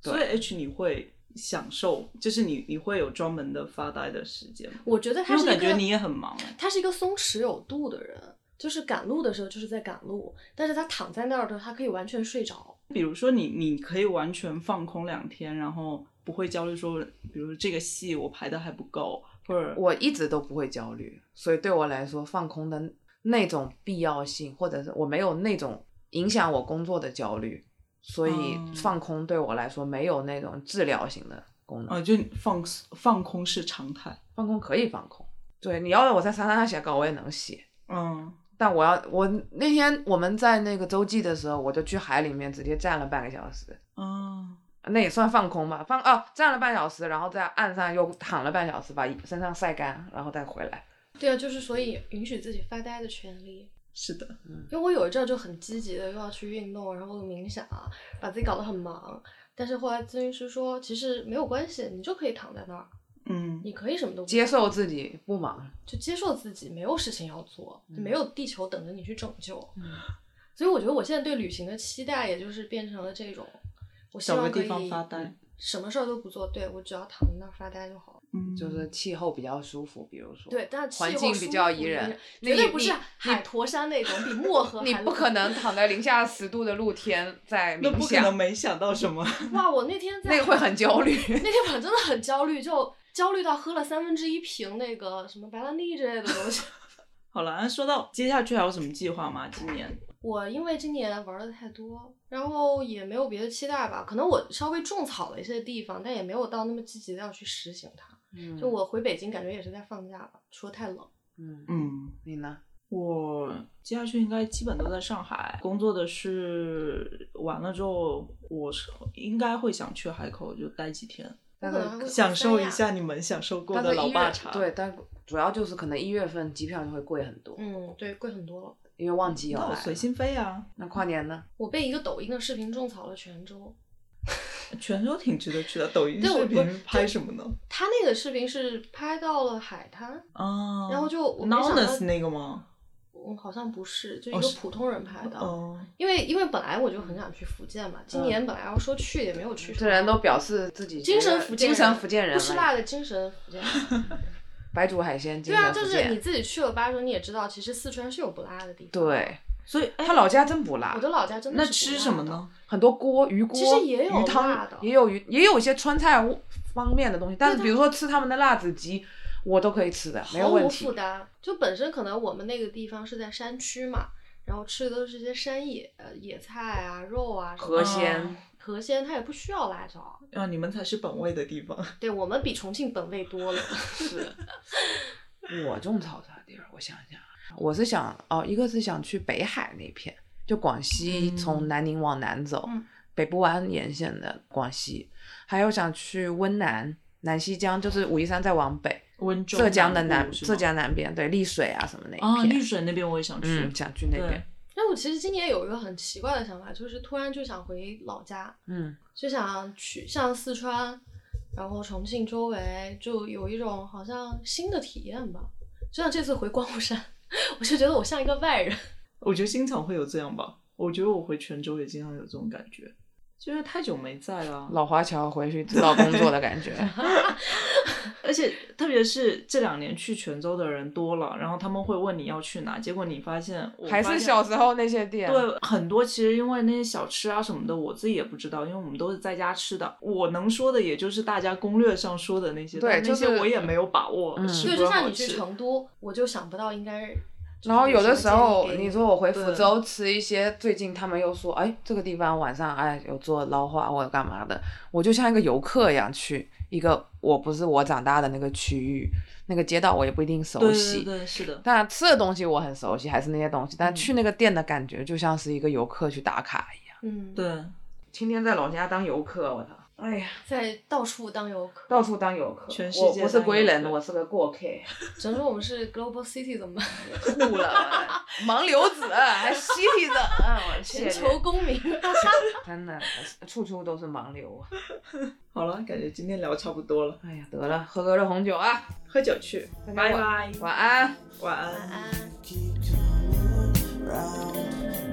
[SPEAKER 3] 对
[SPEAKER 5] 所以 H 你会享受，就是你你会有专门的发呆的时间吗，
[SPEAKER 4] 我觉得他
[SPEAKER 5] 因为
[SPEAKER 4] 是
[SPEAKER 5] 我
[SPEAKER 4] 一
[SPEAKER 5] 感觉
[SPEAKER 4] 个
[SPEAKER 5] 你也很忙哎。
[SPEAKER 4] 他是一个松弛有度的人，就是赶路的时候就是在赶路，但是他躺在那儿的时候，他可以完全睡着。
[SPEAKER 5] 比如说你你可以完全放空两天，然后不会焦虑说，比如说这个戏我排的还不够，或者
[SPEAKER 3] 我一直都不会焦虑，所以对我来说，放空的那种必要性，或者是我没有那种影响我工作的焦虑，所以
[SPEAKER 5] 嗯
[SPEAKER 3] 放空对我来说没有那种治疗型的功能。
[SPEAKER 5] 啊就放放空是常态。
[SPEAKER 3] 放空可以放空，对，你要我在沙滩上写稿，我也能写。
[SPEAKER 5] 嗯，
[SPEAKER 3] 但我要我那天我们在那个洲际的时候，我就去海里面直接站了半个小时，
[SPEAKER 5] 啊，
[SPEAKER 3] 那也算放空吧，放哦站了半小时，然后在岸上又躺了半小时，把身上晒干，然后再回来。
[SPEAKER 4] 对啊，就是所以允许自己发呆的权利。
[SPEAKER 5] 是的，
[SPEAKER 4] 因为我有一阵儿就很积极的又要去运动，然后冥想，把自己搞得很忙。但是后来咨询师说，其实没有关系，你就可以躺在那儿，
[SPEAKER 5] 嗯，
[SPEAKER 4] 你可以什么都不
[SPEAKER 3] 接
[SPEAKER 4] 做，
[SPEAKER 3] 受自己不忙，
[SPEAKER 4] 就接受自己没有事情要做，
[SPEAKER 3] 嗯
[SPEAKER 4] 没有地球等着你去拯救。
[SPEAKER 3] 嗯
[SPEAKER 4] 所以我觉得我现在对旅行的期待，也就是变成了这种，我希
[SPEAKER 5] 找
[SPEAKER 4] 望
[SPEAKER 5] 个
[SPEAKER 4] 可
[SPEAKER 5] 地
[SPEAKER 4] 以嗯
[SPEAKER 5] 方发呆，
[SPEAKER 4] 什么事儿都不做，对我只要躺在那儿发呆就好了。
[SPEAKER 5] 嗯，
[SPEAKER 3] 就是气候比较舒服，比如说
[SPEAKER 4] 对，但是气
[SPEAKER 3] 环
[SPEAKER 4] 候
[SPEAKER 3] 境
[SPEAKER 4] 舒
[SPEAKER 3] 比较
[SPEAKER 4] 服
[SPEAKER 3] 宜人，你
[SPEAKER 4] 绝对不是
[SPEAKER 3] 你
[SPEAKER 4] 海坨山那种，比漠河
[SPEAKER 3] 你
[SPEAKER 4] 还
[SPEAKER 3] 不
[SPEAKER 4] 冷
[SPEAKER 3] 可能躺在零下十度的露天在
[SPEAKER 5] 那
[SPEAKER 3] 冥
[SPEAKER 5] 不可能
[SPEAKER 3] 想，
[SPEAKER 5] 没想到什么。 [laughs]
[SPEAKER 4] 哇，我
[SPEAKER 3] [laughs]
[SPEAKER 4] 那天在
[SPEAKER 3] 那个会很焦虑。
[SPEAKER 4] 那天晚上真的很焦虑，就焦虑到喝了三分之一瓶那个什么白兰地之类的东西。
[SPEAKER 5] 好了，那说到接下去还有什么计划吗？今年
[SPEAKER 4] 我因为今年玩的太多，然后也没有别的期待吧，可能我稍微种草了一些地方，但也没有到那么积极的要去实行它。
[SPEAKER 3] 嗯
[SPEAKER 4] 就我回北京，感觉也是在放假吧，除了太冷。
[SPEAKER 3] 嗯，
[SPEAKER 5] 嗯，
[SPEAKER 3] 你呢？
[SPEAKER 5] 我接下去应该基本都在上海工作的是完了之后，我是应该会想去海口就待几天，
[SPEAKER 4] 我
[SPEAKER 3] 大
[SPEAKER 4] 可
[SPEAKER 3] 概
[SPEAKER 4] 能还会去
[SPEAKER 5] 享受
[SPEAKER 4] 三亚
[SPEAKER 5] 一下你们享受过
[SPEAKER 3] 大
[SPEAKER 5] 的
[SPEAKER 3] 概
[SPEAKER 5] 老
[SPEAKER 3] 一
[SPEAKER 5] 爸
[SPEAKER 3] 月
[SPEAKER 5] 茶。
[SPEAKER 3] 对，，但主要就是可能一月份机票就会贵很多，
[SPEAKER 4] 嗯，对，贵很多了。
[SPEAKER 3] 因为旺季要
[SPEAKER 5] 那我
[SPEAKER 3] 来
[SPEAKER 5] 随
[SPEAKER 3] 了。
[SPEAKER 5] 心飞啊，
[SPEAKER 3] 那跨年呢？
[SPEAKER 4] 我被一个抖音的视频种草了泉州，
[SPEAKER 5] 泉州挺值得去的。抖音
[SPEAKER 4] 对我
[SPEAKER 5] 视
[SPEAKER 4] 不
[SPEAKER 5] 频拍什么呢？
[SPEAKER 4] 他那个视频是拍到了海滩，
[SPEAKER 3] 哦
[SPEAKER 5] 啊，
[SPEAKER 4] 然后就我没想到
[SPEAKER 5] Nowness 那个吗？
[SPEAKER 4] 嗯，好像不是，就一
[SPEAKER 5] 哦
[SPEAKER 4] 个
[SPEAKER 5] 是
[SPEAKER 4] 普通人拍的。
[SPEAKER 5] 哦，
[SPEAKER 4] 因为因为本来我就很想去福建嘛，今年本来要说去也没有去成。
[SPEAKER 3] 这人嗯都表示自己
[SPEAKER 4] 精神福建
[SPEAKER 3] 精神福建人
[SPEAKER 4] 不吃辣
[SPEAKER 3] 了，
[SPEAKER 4] 的精神福建人。
[SPEAKER 3] [laughs] 白煮海鲜精
[SPEAKER 4] 对
[SPEAKER 3] 神
[SPEAKER 4] 啊，
[SPEAKER 3] 福
[SPEAKER 4] 就是
[SPEAKER 3] 建
[SPEAKER 4] 你自己去了巴州，你也知道，其实四川是有不辣的地方。，
[SPEAKER 3] 对
[SPEAKER 5] 所以哎
[SPEAKER 3] 他老家真不辣
[SPEAKER 4] 我，的老家真的
[SPEAKER 5] 那
[SPEAKER 4] 是不
[SPEAKER 5] 吃
[SPEAKER 4] 辣
[SPEAKER 5] 什么
[SPEAKER 4] 的？
[SPEAKER 5] 呢？
[SPEAKER 3] 很多锅鱼锅，
[SPEAKER 4] 其实也有
[SPEAKER 3] 鱼
[SPEAKER 4] 辣
[SPEAKER 3] 汤
[SPEAKER 4] 的，
[SPEAKER 3] 也有鱼，也有一些川菜方面的东西。但是
[SPEAKER 4] 它
[SPEAKER 3] 比如说吃他们的辣子鸡，我都可以吃的，没有
[SPEAKER 4] 毫
[SPEAKER 3] 问
[SPEAKER 4] 无
[SPEAKER 3] 题
[SPEAKER 4] 负。担。就本身可能我们那个地方是在山区嘛，然后吃的都是一些山野呃野菜啊、肉啊什么
[SPEAKER 3] 河
[SPEAKER 4] 的、
[SPEAKER 3] 鲜，
[SPEAKER 4] 河鲜，它也不需要辣椒。
[SPEAKER 5] 啊，你们才是本位的地方。 [laughs]
[SPEAKER 4] 对我们比重庆本味多了。 [laughs] 是，
[SPEAKER 3] 我种草啥地儿？我想想，我是想哦，一个是想去北海那片，就广西
[SPEAKER 5] 嗯
[SPEAKER 3] 从南宁往南走，
[SPEAKER 4] 嗯
[SPEAKER 3] 北部湾沿线的广西，还有想去温南。南西江就是武夷山再往北，
[SPEAKER 5] 温州、
[SPEAKER 3] 浙江的
[SPEAKER 5] 南
[SPEAKER 3] 南
[SPEAKER 5] 部是吗
[SPEAKER 3] 浙江南边，对丽水啊什么那
[SPEAKER 4] 哦
[SPEAKER 5] 啊，
[SPEAKER 3] 一片，
[SPEAKER 5] 丽水那边我也想去。
[SPEAKER 3] 嗯，想去那边
[SPEAKER 5] 对，，
[SPEAKER 4] 但我其实今年有一个很奇怪的想法，就是突然就想回老家，
[SPEAKER 3] 嗯，
[SPEAKER 4] 就想去像四川，然后重庆周围，就有一种好像新的体验吧。就像这次回光湖山， [laughs] 我就觉得我像一个外人。
[SPEAKER 5] 我觉得经常会有这样吧。我觉得我回泉州也经常有这种感觉，就是太久没在了。
[SPEAKER 3] 老华侨回去指导工作的感觉。
[SPEAKER 5] 而且特别是这两年去泉州的人多了，然后他们会问你要去哪，结果你发现 [laughs] 我
[SPEAKER 3] 还
[SPEAKER 5] 发
[SPEAKER 3] 是
[SPEAKER 5] 现
[SPEAKER 3] 小时候那些店，
[SPEAKER 5] 对，很多其实因为那些小吃啊什么的，我自己也不知道，因为我们都是在家吃的。我能说的也就是大家攻略上说的那些，
[SPEAKER 3] 对
[SPEAKER 5] 但那
[SPEAKER 3] 就
[SPEAKER 5] 些
[SPEAKER 3] 是
[SPEAKER 5] 我也没有把握
[SPEAKER 3] 嗯
[SPEAKER 5] 是
[SPEAKER 4] 对，
[SPEAKER 5] 不
[SPEAKER 4] 就是
[SPEAKER 5] 好
[SPEAKER 4] 像你去
[SPEAKER 5] 吃。
[SPEAKER 4] 成都，我就想不到应该。
[SPEAKER 3] 然后有的时候
[SPEAKER 4] 就是有什么建议给
[SPEAKER 3] 你说我回福
[SPEAKER 5] 对
[SPEAKER 3] 州吃一些，最近他们又说，哎，这个地方晚上哎有做捞花或者干嘛的，我就像一个游客一样去一个我不是我长大的那个区域，那个街道我也不一定熟
[SPEAKER 5] 对
[SPEAKER 3] 悉。
[SPEAKER 5] 对对，是的。
[SPEAKER 3] 但吃的东西我很熟悉，还是那些东西，但
[SPEAKER 5] 嗯
[SPEAKER 3] 去那个店的感觉就像是一个游客去打卡一样。
[SPEAKER 4] 嗯，
[SPEAKER 5] 对，
[SPEAKER 3] 天天在老家当游客，我操！哎呀，
[SPEAKER 4] 在到处当游客。
[SPEAKER 3] 到处当游客，
[SPEAKER 5] 全世
[SPEAKER 3] 我
[SPEAKER 5] 界
[SPEAKER 3] 不是
[SPEAKER 5] 当
[SPEAKER 3] 归
[SPEAKER 5] 游
[SPEAKER 3] 人，
[SPEAKER 5] 客
[SPEAKER 3] 我是个过客。
[SPEAKER 4] 只能说我们是 global city 怎么办？
[SPEAKER 3] 吐
[SPEAKER 4] [laughs]
[SPEAKER 3] 了，盲流子还吸涕的，嗯，我谢
[SPEAKER 4] 全
[SPEAKER 3] 谢
[SPEAKER 4] 球公民。 [laughs]
[SPEAKER 3] [laughs] 真的处处都是盲流啊！
[SPEAKER 5] 好了，感觉今天聊差不多了，
[SPEAKER 3] 哎呀，得了，喝个热红酒啊！
[SPEAKER 5] 喝酒去，
[SPEAKER 3] 大家
[SPEAKER 5] 拜
[SPEAKER 3] 晚
[SPEAKER 5] 拜，
[SPEAKER 3] 晚安。
[SPEAKER 5] 晚
[SPEAKER 4] 晚
[SPEAKER 5] 安。
[SPEAKER 4] 安。
[SPEAKER 2] Keep turning round